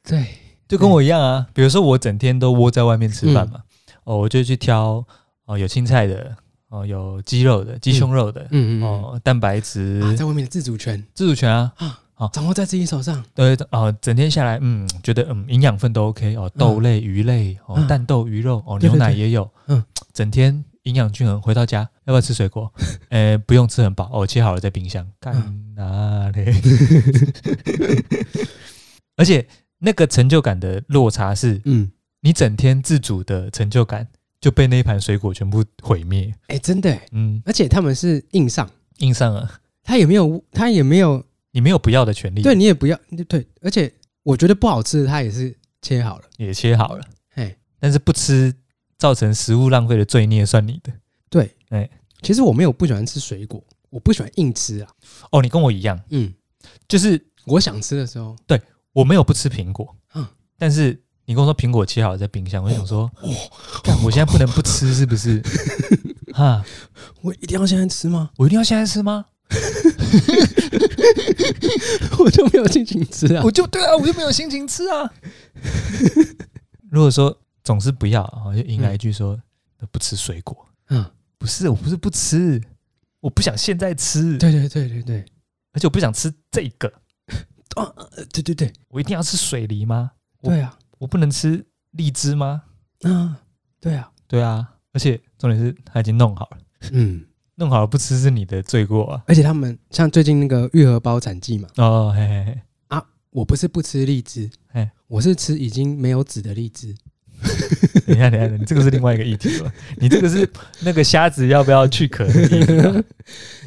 S2: 对，
S1: 就跟我一样啊。
S2: 嗯
S1: 比如说我整天都窝在外面吃饭嘛，哦，我就去挑哦有青菜的，哦有鸡肉的，鸡胸肉的，
S2: 嗯嗯哦，
S1: 哦蛋白质、
S2: 啊，在外面的自主权
S1: 自主权啊，
S2: 掌握在自己手上，
S1: 对哦，整天下来，嗯，觉得嗯营养分都 OK 哦，豆类、鱼类哦，
S2: 嗯
S1: 蛋豆、鱼肉哦，
S2: 对对
S1: 牛奶
S2: 对
S1: 也有，
S2: 嗯
S1: 嗯，整天。营养均衡，回到家要不要吃水
S2: *laughs*
S1: 果？呃，不用吃很饱哦，切好了在冰箱。干
S2: 嗯
S1: 哪
S2: *laughs*
S1: 嘞？ *laughs* 而且那个成就感的落差是，
S2: 嗯，
S1: 你整天自主的成就感就被那一盘水果全部毁灭。
S2: 哎，真的耶，
S1: 嗯，
S2: 而且他们是硬上，
S1: 硬上了，
S2: 他也没有，他也没有，
S1: 你没有不要的权利，
S2: 对，你也不要，对，而且我觉得不好吃的，他也是切好了，
S1: 也切好了，
S2: 哎，
S1: 但是不吃造成食物浪费的罪孽算你的。
S2: 对，
S1: 哎，
S2: 其实我没有不喜欢吃水果，我不喜欢硬吃啊，
S1: 哦，你跟我一样，
S2: 嗯，
S1: 就是
S2: 我想吃的时候，
S1: 我没有不吃苹果，
S2: 嗯哦
S1: 但是你跟我说苹果切好了在冰箱，我就想说，干我现在不能不
S2: *laughs*
S1: 吃是不是？哈，
S2: 我一定要现在吃吗？
S1: 我一定要现在吃吗？
S2: *laughs* 我就没有心情吃啊
S1: 我，就对啊，我就没有心情吃
S2: *laughs*
S1: 啊。如果说总是哦不要，然后就迎来一句说、不吃水果，
S2: 嗯
S1: 不是，我不是不吃，我不想现在吃，
S2: 对对对对对，
S1: 而且我不想吃这个，
S2: 呃对对对，
S1: 我一定要吃水梨吗？
S2: 对啊，
S1: 我不能吃荔枝吗？
S2: 嗯，对啊，
S1: 对啊，而且重点是他已经弄好了，
S2: 嗯，
S1: 弄好了不吃是你的罪过啊。
S2: 而且他们像最近那个愈合包产季嘛，
S1: 哦，嘿嘿嘿，
S2: 我不是不吃荔枝
S1: 嘿，
S2: 我是吃已经没有籽的荔枝。
S1: 等一下，等一下， *laughs* 你这个是另外一个议题 *laughs* 了。你这个是那个虾子要不要去壳的议题啊？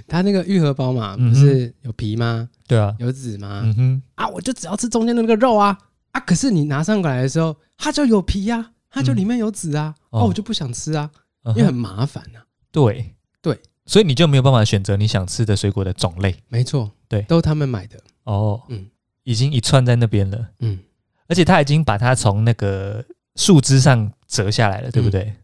S2: 它那个愈合包嘛，
S1: 嗯哼
S2: 不是有皮吗？
S1: *laughs* 对啊，
S2: 有籽吗？
S1: 嗯哼，
S2: 啊，我就只要吃中间的那个肉啊啊！可是你拿上过来的时候，它就有皮呀、啊，它就里面有籽啊，
S1: 嗯
S2: 啊，
S1: 哦
S2: 我就不想吃啊，
S1: 嗯
S2: 因为很
S1: 哼
S2: 麻烦啊。
S1: 对
S2: 对，
S1: 所以你就没有办法选择你想吃的水果的种类
S2: 没错，
S1: 对
S2: 都他们买的，
S1: 哦。
S2: 嗯
S1: 已经一串在那边了，
S2: 嗯，
S1: 而且他已经把它从那个树枝上折下来了，对不对？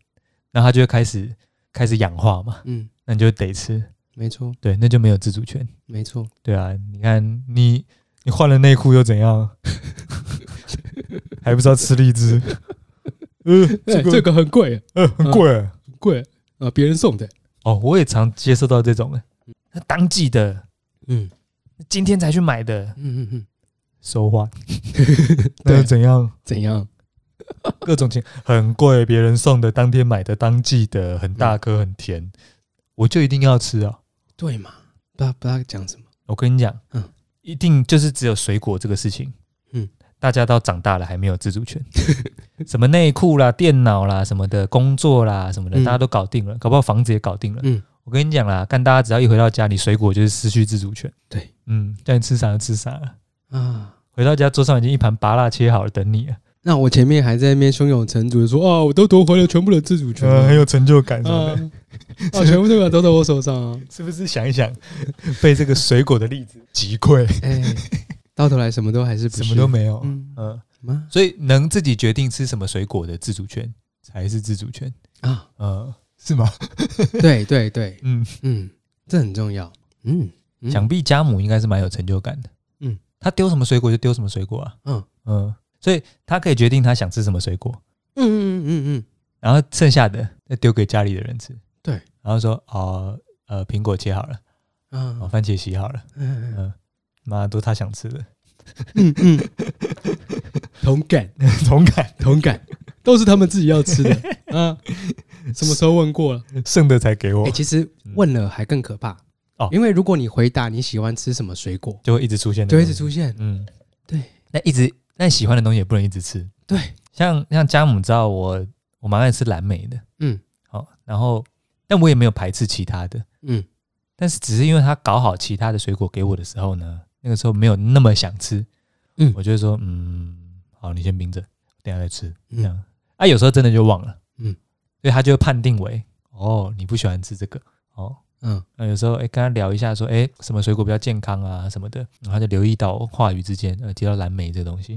S1: 然后它就会开始开始氧化嘛，
S2: 嗯，
S1: 那你就得吃，
S2: 没错，
S1: 对，那就没有自主权。
S2: 没错，
S1: 对啊，你看你你换了内裤又怎样？ *laughs* 还不知道吃荔枝？ *laughs* 呃，这个、
S2: 这个很贵，
S1: 呃很贵、
S2: 很贵，呃，别人送的，
S1: 哦，我也常接受到这种的，那当季的，
S2: 嗯
S1: 今天才去买的，
S2: 嗯嗯嗯，
S1: 收换，那
S2: 对
S1: 又怎样？
S2: 怎样？
S1: 各种情很贵，别人送的，当天买的，当季的，很大颗，很甜，我就一定要吃啊！
S2: 对嘛？不知道不知道讲什么，
S1: 我跟你讲，
S2: 嗯
S1: 一定就是只有水果这个事情，
S2: 嗯
S1: 大家到长大了还没有自主权， *laughs* 什么内裤啦、电脑啦、什么的工作啦、什么的，
S2: 嗯
S1: 大家都搞定了，搞不好房子也搞定了。
S2: 嗯
S1: 我跟你讲啦，干大家只要一回到家，你水果就是失去自主权。
S2: 对，
S1: 嗯，叫你吃啥就吃啥了。
S2: 啊。
S1: 回到家桌上已经一盘拔辣切好了等你了，
S2: 那我前面还在那边胸有成竹的说啊，我都夺回了全部的自主权
S1: 呃，
S2: 啊
S1: 很有成就感什么
S2: 啊
S1: 的，，
S2: 啊全部都都在我手
S1: *laughs*
S2: 上啊！
S1: 是不是？想一想，被这个水果的例 *laughs* 子击溃，
S2: 哎，到头来什么都还是不是
S1: 什么都没有。嗯
S2: 嗯吗
S1: 所以能自己决定吃什么水果的自主权才是自主权， *laughs*
S2: 啊？
S1: 呃，是吗？
S2: 对对对，
S1: 嗯，
S2: 嗯，这很重要。嗯，嗯
S1: 想必家母应该是蛮有成就感的。
S2: 嗯，
S1: 他丢什么水果就丢什么水果啊。
S2: 嗯
S1: 嗯，所以他可以决定他想吃什么水果，
S2: 嗯嗯嗯嗯嗯，
S1: 然后剩下的再丢给家里的人吃。
S2: 对，
S1: 然后说哦，呃，苹果切好了，哦，
S2: 啊，
S1: 番茄洗好了，
S2: 嗯
S1: 嗯，妈都他想吃 *laughs* 的，
S2: 嗯嗯，同感 *laughs*
S1: 同感，
S2: 同感，都是他们自己
S1: *laughs*
S2: 要吃的。啊，什么时候问过了？
S1: 剩的才给我嗯
S2: 哎，，其实问了还更可怕
S1: 哦
S2: 因为如果你回答你喜欢吃什么水果，
S1: 就会一直出现，
S2: 就会一直出，现。
S1: 嗯，
S2: 对，
S1: 那一直但喜欢的东西也不能一直吃，
S2: 对，
S1: 像像家母知道我我蛮爱吃蓝莓的，
S2: 嗯
S1: 好、然后但我也没有排斥其他的，
S2: 嗯
S1: 但是只是因为他搞好其他的水果给我的时候呢，那个时候没有那么想吃，
S2: 嗯
S1: 我就会说嗯，好，你先冰着，等一下再吃，这样、
S2: 嗯
S1: 啊，有时候真的就忘了，
S2: 嗯，
S1: 所以他就会判定为哦，你不喜欢吃这个，哦，
S2: 嗯
S1: 那有时候哎、跟他聊一下说，哎，什么水果比较健康啊什么的，然后他就留意到话语之间，呃，提到蓝莓这个东西，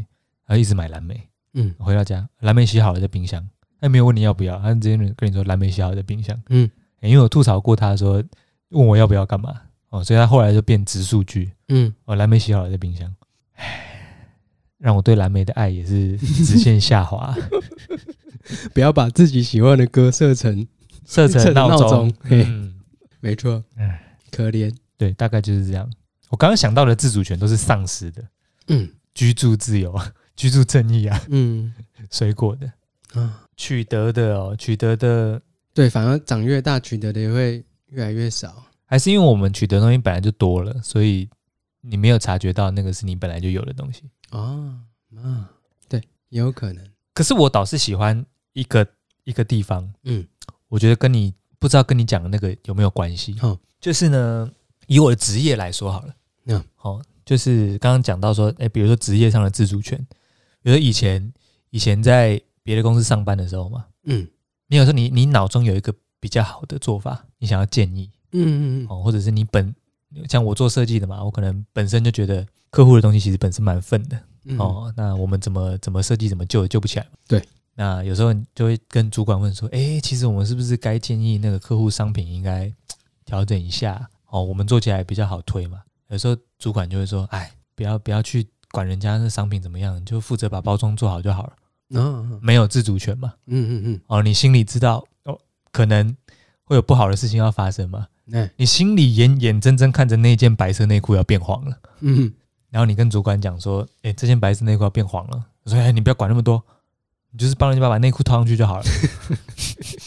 S1: 然后一直买蓝莓，
S2: 嗯
S1: 回到家，蓝莓洗好了在冰箱，他也没有问你要不要，他直接跟你说蓝莓洗好了在冰箱。
S2: 嗯
S1: 欸因为我吐槽过他说问我要不要干嘛哦，所以他后来就变直数据
S2: 嗯，
S1: 哦，蓝莓洗好了在冰箱。唉，让我对蓝莓的爱也 *laughs* 是直线下 *laughs* 滑，
S2: 不要把自己喜欢的歌设成
S1: 设成闹
S2: 设成
S1: 钟
S2: 闹钟。嘿
S1: 嗯，
S2: 没错
S1: 唉，
S2: 可怜。
S1: 对，大概就是这样。我刚刚想到的自主权都是丧失的，
S2: 嗯
S1: 居住自由、 *laughs* 啊，居住正义啊， *laughs*
S2: 嗯
S1: 水果的
S2: 啊。
S1: 取得的哦，取得的
S2: 对，反而长越大，取得的也会越来越少。
S1: 还是因为我们取得的东西本来就多了，所以你没有察觉到那个是你本来就有的东西。
S2: 哦，啊，对，也有可能。
S1: 可是我倒是喜欢一个一个地方，
S2: 嗯
S1: 我觉得跟你不知道跟你讲的那个有没有关系？
S2: 哦
S1: 就是呢，以我的职业来说好了，
S2: 嗯
S1: 哦，就是刚刚讲到说，哎、比如说职业上的自主权，比如说以前以前在别的公司上班的时候嘛，
S2: 嗯
S1: 你有时候你你脑中有一个比较好的做法，你想要建议，
S2: 嗯嗯嗯
S1: 哦，或者是你本像我做设计的嘛，我可能本身就觉得客户的东西其实本身蛮笨的、
S2: 嗯，
S1: 哦，那我们怎么怎么设计怎么救也救不起来嘛。
S2: 对，
S1: 那有时候你就会跟主管问说，诶，其实我们是不是该建议那个客户商品应该嘖调整一下哦，我们做起来比较好推嘛。有时候主管就会说，哎，不要不要去管人家那商品怎么样，你就负责把包装做好就好了，
S2: 哦，
S1: 没有自主权嘛。
S2: 嗯嗯嗯，
S1: 哦，你心里知道哦，可能会有不好的事情要发生嘛，
S2: 嗯
S1: 你心里眼眼睁睁看着那件白色内裤要变黄了，
S2: 嗯，
S1: 然后你跟主管讲说：“哎、这件白色内裤要变黄了。”我说：“哎、你不要管那么多，你就是帮人家把内裤套上去就好了。 *laughs*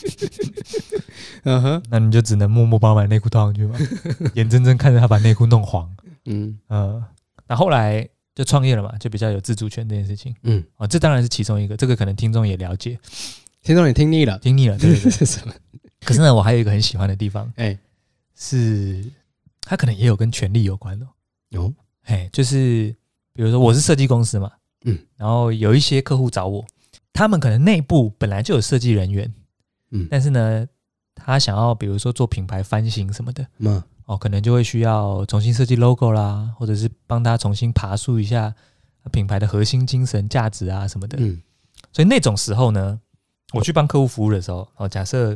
S2: 嗯哼，”
S1: 那你就只能默默帮他把内裤套上去嘛， *laughs* 眼睁睁看着他把内裤弄黄。
S2: 嗯
S1: 嗯，那后来就创业了嘛，就比较有自主权这件事情
S2: 嗯，
S1: 啊、哦这当然是其中一个，这个可能听众也了解，
S2: 听众你听腻了，
S1: 听腻了，对
S2: *laughs*
S1: 对对。
S2: 是什么？
S1: 可是呢，我还有一个很喜欢的地方
S2: 哎，
S1: 是，它可能也有跟权力有关哦。
S2: 有，
S1: 哎，就是比如说我是设计公司嘛，
S2: 嗯，
S1: 然后有一些客户找我，他们可能内部本来就有设计人员，
S2: 嗯，
S1: 但是呢，他想要比如说做品牌翻新什么的，
S2: 嘛，
S1: 哦，可能就会需要重新设计 logo 啦，或者是帮他重新爬树一下品牌的核心精神、价值啊什么的。
S2: 嗯
S1: 所以那种时候呢，我去帮客户服务的时候，哦，假设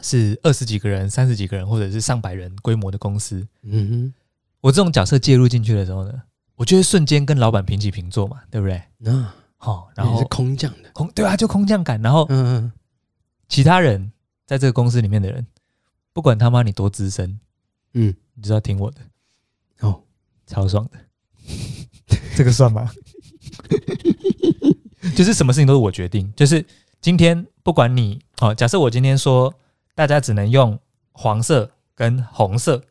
S1: 是二十几个人、三十几个人，或者是上百人规模的公司，
S2: 嗯哼，
S1: 我这种角色介入进去的时候呢，我就会瞬间跟老板平起平坐嘛，对不对？
S2: 那
S1: 哦，然
S2: 你
S1: 后
S2: 是空降的，
S1: 空对啊，就空降感，然后
S2: 嗯嗯，
S1: 其他人在这个公司里面的人，不管他妈你多资深，
S2: 嗯，
S1: 你就要听我的，
S2: 哦，
S1: 超爽的， *laughs* 这个算吗？就是什么事情都是我决定，就是今天不管你，好、假设我今天说大家只能用黄色跟红色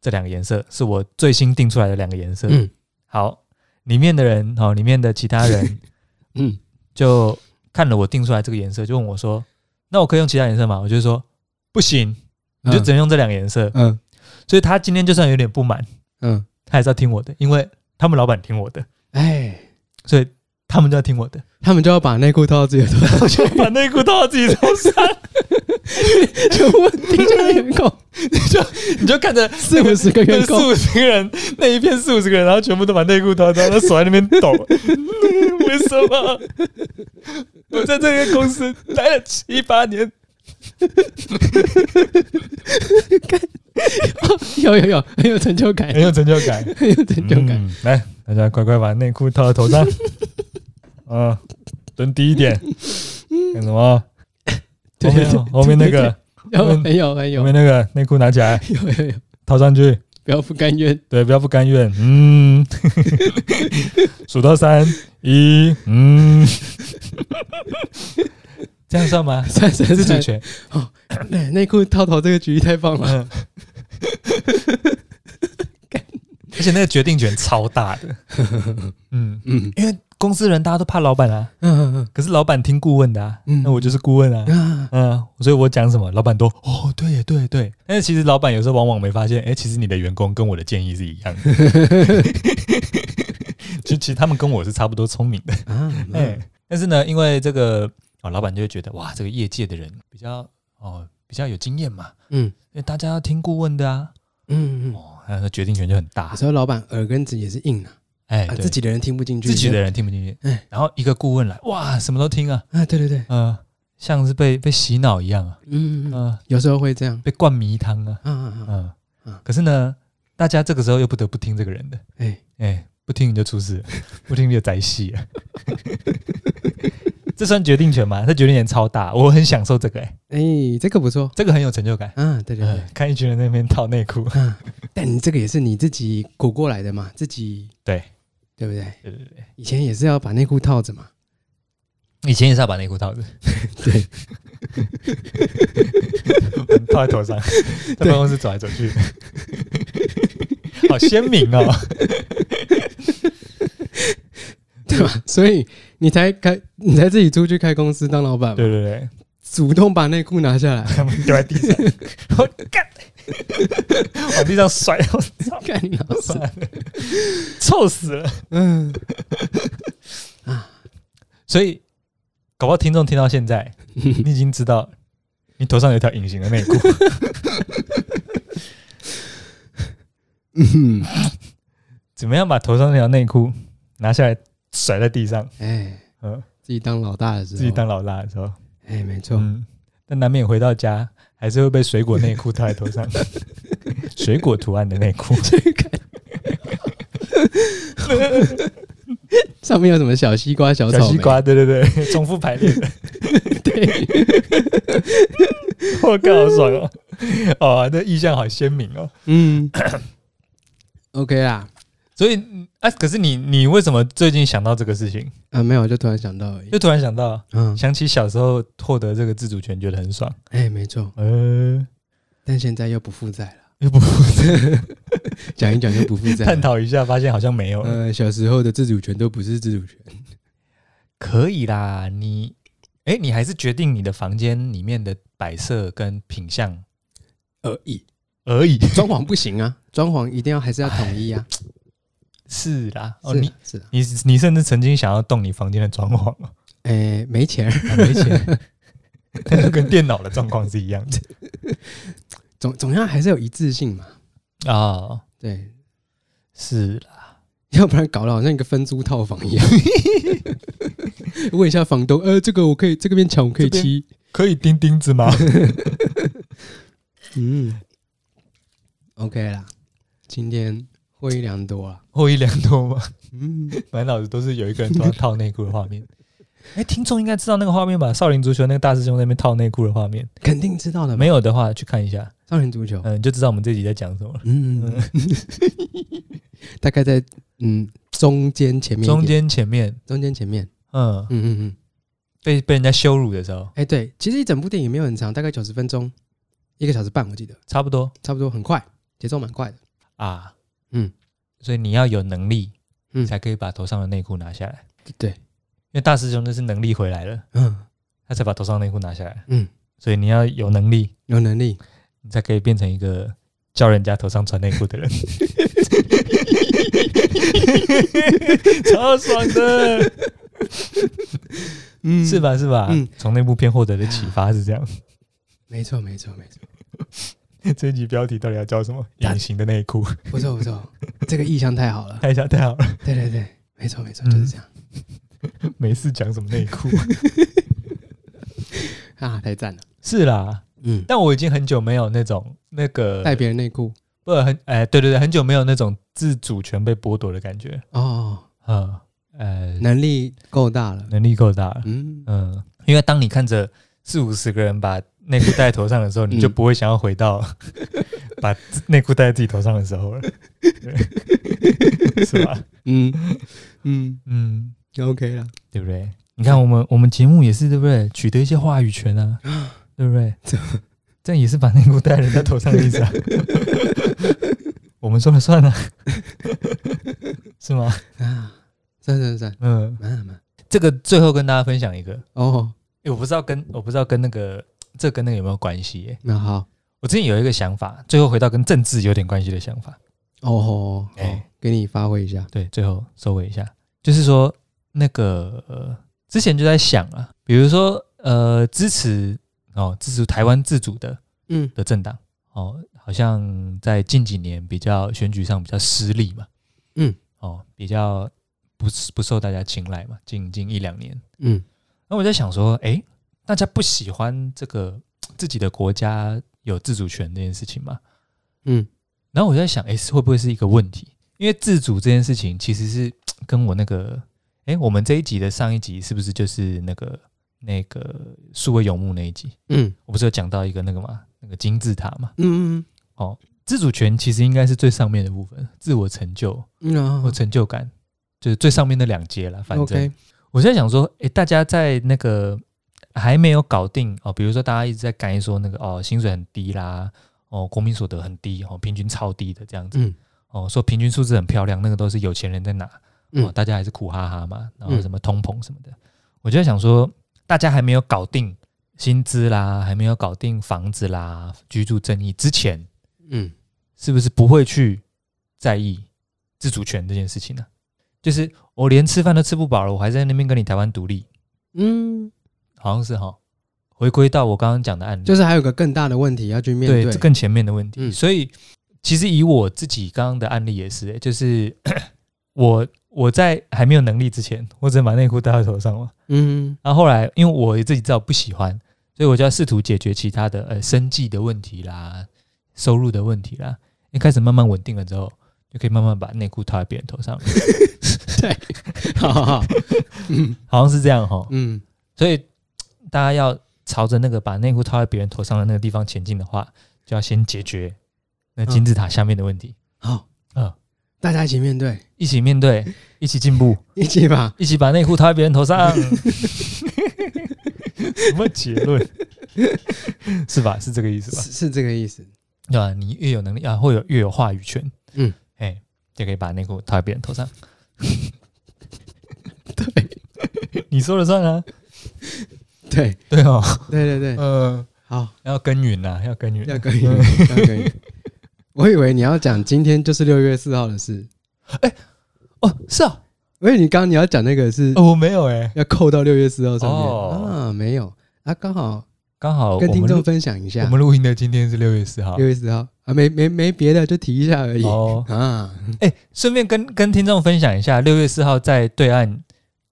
S1: 这两个颜色，是我最新定出来的两个颜色。
S2: 嗯
S1: 好，里面的人，好、里面的其他
S2: *laughs*
S1: 人
S2: 嗯
S1: 就看了我定出来这个颜色，就问我说：“那我可以用其他颜色吗？”我就说：“不行，你就只能用这两个颜色。
S2: 嗯
S1: 所以他今天就算有点不满，
S2: 嗯，
S1: 他还是要听我的，因为他们老板听我的，
S2: 哎，
S1: 所以他们就要听我的，
S2: 他们就要把内裤套到自己的头上去，
S1: *laughs* 把内裤套到自己头上，
S2: 就问底下的员工
S1: *laughs* 你就看着。
S2: 四五十个
S1: 那
S2: 员
S1: 四
S2: 工，
S1: 五十个人，那一片四五十个人，然后全部都把内裤套上，然后手在那边 *laughs* 抖。为什么？我在这个公司待了七八
S2: *laughs*
S1: 年，
S2: 有有有，很有成就感
S1: 哎很，有成就感。
S2: 很有哎成就感。
S1: 嗯来，大家快快把内裤套到头
S2: *laughs*
S1: 上，啊，蹲低一点，干什么？后
S2: 对对对
S1: 面后面那个，
S2: 有
S1: 嗯
S2: 很有很
S1: 后
S2: 有
S1: 面那个内裤拿起来
S2: 有有有，
S1: 套上去，
S2: 不要不甘愿，
S1: 对，不要不甘愿，嗯， *laughs* 数到三，一，嗯，这样算吗？
S2: 三三
S1: 自主
S2: 三，
S1: 权，
S2: 哎内裤套头这个举例太棒了，
S1: 嗯，而且那个决定权超大的，嗯，
S2: 嗯
S1: 因为公司人大家都怕老板啊，
S2: 嗯
S1: 可是老板听顾问的啊，
S2: 嗯
S1: 那我就是顾问啊
S2: 嗯，啊，
S1: 嗯，所以我讲什么，老板都哦，对耶对对。但是其实老板有时候往往没发现，哎，其实你的员工跟我的建议是一样的，
S2: *laughs*
S1: 其其实他们跟我是差不多聪明的，
S2: 啊 *laughs*
S1: 哎、
S2: 嗯
S1: 但是呢，因为这个哦，老板就会觉得哇，这个业界的人比较哦比较有经验嘛，
S2: 嗯
S1: 因为大家要听顾问的啊，
S2: 嗯嗯，
S1: 哦，那决定权就很大
S2: 有，时候老板耳根子也是硬啊，
S1: 哎，
S2: 啊
S1: 对
S2: 自己的人听不进去，
S1: 自己的人听不进去，
S2: 哎
S1: 然后一个顾问来，哇，什么都听啊，
S2: 啊，对对对，
S1: 嗯、像是被被洗脑一样啊，
S2: 嗯，嗯
S1: 嗯、
S2: 嗯有时候会这样，
S1: 被灌迷汤啊，
S2: 啊啊啊，
S1: 嗯
S2: 嗯，
S1: 可是呢，大家这个时候又不得不听这个人的，
S2: 哎，
S1: 哎、不听你就出
S2: *laughs*
S1: 事了，不听你就宅戏了。 *laughs* 这算决定权吗？这决定权超大，我很享受这个、哎，
S2: 哎，这个不错，
S1: 这个很有成就感。
S2: 啊，对对
S1: 嗯
S2: 对，，
S1: 看一群人在那边套内裤，
S2: 但你这个也是你自己鼓过来的嘛，自己
S1: 对
S2: 对不对？
S1: 对对对，
S2: 以前也是要把内裤套着嘛，
S1: 以前也是要把内裤套着， *laughs*
S2: 对，
S1: 套在头上，在办公室走来走去， *laughs* 好鲜明哦。
S2: 对吧？所以你才开，你才自己出去开公司当老板嘛，
S1: 对对对，
S2: 主动把内裤拿下来，
S1: 他们丢在地上，我干，往地上摔，我
S2: *laughs*
S1: 操！ *laughs*
S2: 干你老师
S1: 算，了，臭死了。
S2: 嗯，
S1: 所以，搞不好听众听到现在，你已经知道你头上有一条隐形的内裤。
S2: 嗯，
S1: 怎么样把头上那条内裤拿下来甩在地上？
S2: 哎，
S1: 嗯，
S2: 自己当老大的时候，
S1: 自己当老大的时候，
S2: 哎，没错，
S1: 嗯，但难免回到家还是会被水果内裤套在头上，水果图案的内裤。
S2: 上面有什么小西瓜、小
S1: 小
S2: 草
S1: *laughs*
S2: 莓
S1: 西瓜，对对对，重复排列的。
S2: 对，
S1: *laughs* 我靠，好爽哦！哦，这意象好鲜明哦。
S2: 嗯 *coughs* ，OK 啦，
S1: 所以嗯啊，可是你你为什么最近想到这个事情？
S2: 啊，没有，就突然想到而已
S1: 就。突然想到，
S2: 嗯，
S1: 想起小时候获得这个自主权，觉得很爽。
S2: 哎、没错，
S1: 呃，
S2: 但现在又不负债了，
S1: 又不
S2: *laughs* 讲一讲又不负债
S1: 探
S2: 了。
S1: 讨一下，发现好像没有了。
S2: 呃，小时候的自主权都不是自主权。
S1: 可以啦，你哎、你还是决定你的房间里面的摆设跟品相
S2: 而已，
S1: 而已。
S2: 装潢不行啊，装潢一定要还是要统一啊。
S1: 是啦，哦，
S2: 是
S1: 你
S2: 啊是啊，
S1: 你你甚至曾经想要动你房间的装潢哦，
S2: 哎、没钱，
S1: 啊没 *laughs* 钱，但就跟电脑的状况是一样的
S2: 总总要还是有一致性嘛。
S1: *laughs* 啊、哦。
S2: 对，
S1: 是啦，
S2: *laughs* 要不然搞得好像一个分租套房一样。问一下房东，呃，这个我可以，这个面墙我可以
S1: 这边
S2: 漆。
S1: 可以钉钉子 *laughs* 吗？
S2: 嗯，OK 啦，今天获益良多啊。
S1: 获益良多吗？
S2: 嗯，
S1: *laughs* 满脑子都是有一个人突然套内裤的画 *laughs* 面。哎、听众应该知道那个画面吧？少林足球那个大师兄在那边套内裤的画面，
S2: 肯定知道的嘛。
S1: 没有的话去看一下，
S2: 少年足球，
S1: 嗯，就知道我们这集在讲什么了。
S2: 嗯，大概在嗯中间前面一点，
S1: 中间前面，
S2: 中间前面，
S1: 嗯，
S2: 嗯嗯嗯。
S1: 被被人家羞辱的时候，
S2: 哎、对，其实一整部电影没有很长，大概九十分钟，一个小时半，我记得
S1: 差不多
S2: 差不多，很快，节奏蛮快的。
S1: 啊，
S2: 嗯，
S1: 所以你要有能力，
S2: 嗯
S1: 才可以把头上的内裤拿下来。
S2: 对，
S1: 因为大师兄那是能力回来了，
S2: 嗯
S1: 他才把头上的内裤拿下来。
S2: 嗯，
S1: 所以你要有能力，
S2: 有能力，
S1: 你才可以变成一个叫人家头上穿内裤的人， *laughs* 超爽的。 *laughs*
S2: 嗯
S1: 是？吧？是吧？
S2: 嗯
S1: 从那部片获得的启发是这样。 *laughs*
S2: *laughs* 没错，没错，没错，
S1: 这一集标题到底要叫什么？
S2: 但
S1: 隐形的内裤，
S2: 不错不错，这个意象太好了。
S1: 看一下太好 *laughs* 了。
S2: 对对对，没错没错，就是这样、
S1: 没事讲什么内裤？
S2: 啊，太赞了。
S1: 是啦，
S2: 嗯，
S1: 但我已经很久没有那种那个
S2: 带别人内裤
S1: 不很哎、对对对，很久没有那种自主权被剥夺的感觉。
S2: 哦，
S1: 嗯，呃，
S2: 能力够大了。
S1: 能力够大了。
S2: 嗯，
S1: 嗯，因为当你看着四五十个人把内裤戴在头上的时候，你就不会想要回到把内裤戴在自己头上的时候了，对是吧？
S2: *laughs* 嗯嗯
S1: 嗯。
S2: ，OK 了，
S1: 对不对？你看我们我们节目也是对不对？取得一些话语权啊，对不对？这这也是把内裤戴在人家头上的意思啊，我们说了算啊， *laughs* 是吗？
S2: 啊，算算算，
S1: 嗯，
S2: 蛮蛮
S1: 这个最后跟大家分享一个，
S2: 哦，
S1: 诶我不知道跟我不知道跟那个这跟那个有没有关系、耶
S2: 那好
S1: 我之前有一个想法，最后回到跟政治有点关系的想法，
S2: 哦哦，哦
S1: 哎
S2: 给你发挥一下。
S1: 对，最后收尾一下，就是说那个、呃之前就在想啊，比如说呃支持哦支持台湾自主的
S2: 嗯
S1: 的政党哦，好像在近几年比较选举上比较失利嘛，
S2: 嗯，
S1: 哦，比较不是不受大家青睐嘛，近近一两年。
S2: 嗯
S1: 那我在想说，诶，大家不喜欢这个自己的国家有自主权这件事情嘛？
S2: 嗯
S1: 然后我就在想，诶，是会不会是一个问题？因为自主这件事情其实是跟我那个，诶，我们这一集的上一集是不是就是那个那个数位游牧那一集？
S2: 嗯
S1: 我不是有讲到一个那个嘛，那个金字塔嘛？
S2: 嗯嗯
S1: 自主权其实应该是最上面的部分，自我成就
S2: 嗯，然
S1: 或
S2: 后
S1: 成就感，就是最上面那两阶了。反正
S2: OK，
S1: 我现在想说，诶、大家在那个还没有搞定哦，比如说大家一直在干一说那个哦，薪水很低啦，哦，国民所得很低哦，平均超低的这样子，
S2: 嗯
S1: 哦，说平均数字很漂亮，那个都是有钱人在拿，哦，
S2: 嗯
S1: 大家还是苦哈哈嘛，然后
S2: 嗯
S1: 什么通膨什么的，我就在想说，大家还没有搞定薪资啦，还没有搞定房子啦，居住正义之前。
S2: 嗯
S1: 是不是不会去在意自主权这件事情呢、就是我连吃饭都吃不饱了，我还在那边跟你台湾独立，
S2: 嗯，
S1: 好像是哈。回归到我刚刚讲的案例，
S2: 就是还有个更大的问题要去面
S1: 对
S2: 对
S1: 这。更前面的问题。
S2: 嗯
S1: 所以其实以我自己刚刚的案例也是、欸就是 *coughs* 我我在还没有能力之前，我只能把内裤戴在头上嘛。
S2: 嗯 *laughs*
S1: 然后后来，因为我自己知道不喜欢，所以我就要试图解决其他的呃生计的问题啦、收入的问题啦。一开始慢慢稳定了之后，就可以慢慢把内裤套在别人头上了，
S2: *laughs* 好好好，嗯
S1: 好像是这样哈。
S2: 嗯
S1: 所以大家要朝着那个把内裤套在别人头上的那个地方前进的话，就要先解决那金字塔下面的问题，
S2: 好，
S1: 嗯
S2: 大家一起面对，
S1: 一起面对，
S2: *laughs*
S1: 一起进步，
S2: 一起吧。
S1: 一起把内裤套在别人头
S2: *laughs*
S1: 上。什么结论？是吧？是这个意思吧？
S2: 是是这个意思。
S1: 对吧、你越有能力啊，会有越有话语权。
S2: 嗯，
S1: 哎，就可以把内裤套在别人头
S2: *laughs*
S1: 上。对，你说了算啊。
S2: 对
S1: 对哦，
S2: 对对对，
S1: 嗯，
S2: 好，
S1: 要耕耘呐，要耕耘。
S2: 要可以，要可以。我以为你要讲今天就是六月四号的事，
S1: 哦，是啊，
S2: 我以为你刚刚你要讲那个是
S1: 哦，我没有哎、
S2: 要扣到六月四号上面
S1: 哦
S2: 啊，没有啊，刚好
S1: 刚好我
S2: 跟
S1: 们
S2: 听众
S1: 录
S2: 分享一
S1: 我
S2: 下
S1: 们录音的今天是六月四号
S2: 六。月四号啊，没没没别的，就提一下而已
S1: 哦，
S2: 啊。
S1: 哎、顺便跟跟听众分享一下，六月四号在对岸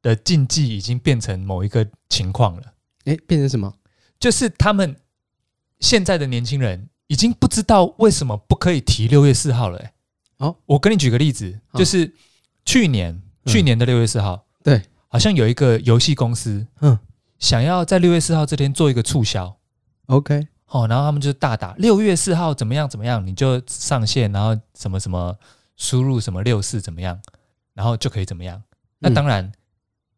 S1: 的禁忌已经变成某一个情况了，
S2: 哎，变成什么？
S1: 就是他们现在的年轻人已经不知道为什么不可以提六月四号了、哎，
S2: 哦，
S1: 我跟你举个例子，
S2: 好
S1: 就是去年、
S2: 嗯
S1: 去年的六月四号，
S2: 对，
S1: 好像有一个游戏公司，
S2: 嗯
S1: 想要在六月四号这天做一个促销，
S2: ，OK，
S1: 哦，然后他们就大打六月四号怎么样怎么样，你就上线，然后什么什么输入什么六四怎么样，然后就可以怎么样。那
S2: 嗯
S1: 当然，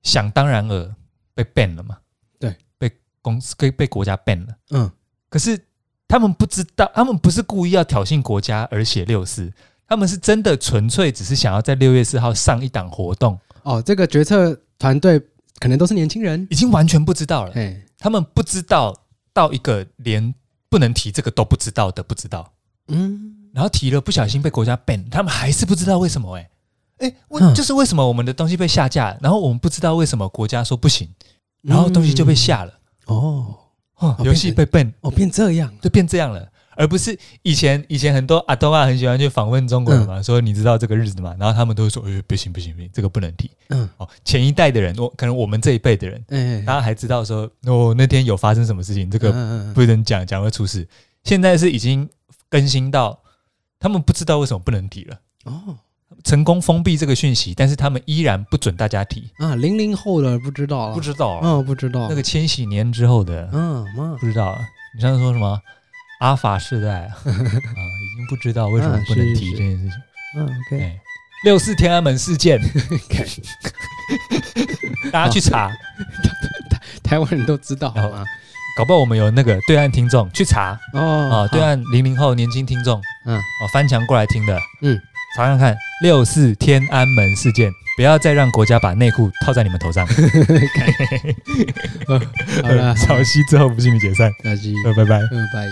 S1: 想当然尔被 ban 了嘛，
S2: 对，
S1: 被公司被被国家 ban 了。
S2: 嗯，
S1: 可是他们不知道，他们不是故意要挑衅国家而写六四，他们是真的纯粹只是想要在六月四号上一档活动，
S2: 哦，这个决策团队可能都是年轻人，
S1: 已经完全不知道了。
S2: 哎，
S1: 他们不知道到一个连不能提这个都不知道的不知道。
S2: 嗯，
S1: 然后提了，不小心被国家 ban，他们还是不知道为什么、欸。哎，哎，为、
S2: 嗯
S1: 就是为什么我们的东西被下架，然后我们不知道为什么国家说不行，
S2: 嗯
S1: 然后东西就被下了，
S2: 哦，
S1: 哦
S2: 哦
S1: 游戏被 ban
S2: 哦，变这样，
S1: 就变这样了。而不是以前以前很多阿东啊很喜欢去访问中国人嘛，说你知道这个日子吗？然后他们都会说，哎、不行不行不行，这个不能提。
S2: 嗯，
S1: 哦，前一代的人，我可能我们这一辈的人，
S2: 哎，嗯
S1: 大家还知道说，哦那天有发生什么事情，嗯这
S2: 这
S1: 个
S2: 个
S1: 不能讲，讲会出事。现在是已经更新到他们不知道为什么不能提了，
S2: 哦
S1: 成功封闭这个讯息，但是他们依然不准大家提，
S2: 啊，零零后的不知道了，
S1: 不知道啊、
S2: 嗯，不知道
S1: 那个千禧年之后的、
S2: 嗯妈
S1: 不知道啊，你上次说什么阿法世代
S2: *laughs*
S1: 啊啊，已经不知道为什么
S2: 啊
S1: 不能
S2: 是
S1: 提这
S2: 是
S1: 件事情。
S2: 嗯，OK， *laughs*
S1: 哎，六四天安门事件，大家去
S2: *laughs*
S1: 查，
S2: 台湾人都知道好吗？
S1: 搞不好我们有那个对岸听众去查
S2: 哦
S1: 啊，对，岸零零后年轻听众。
S2: 好嗯，
S1: 哦，翻墙过来听的，
S2: 嗯，
S1: 查看看六四天安门事件，不要再让国家把内裤套在你们头上。
S2: 好了，好
S1: 潮
S2: 了，
S1: *laughs* 汐之后不信你解散，
S2: 垃圾，
S1: 呃拜拜。
S2: 嗯，拜。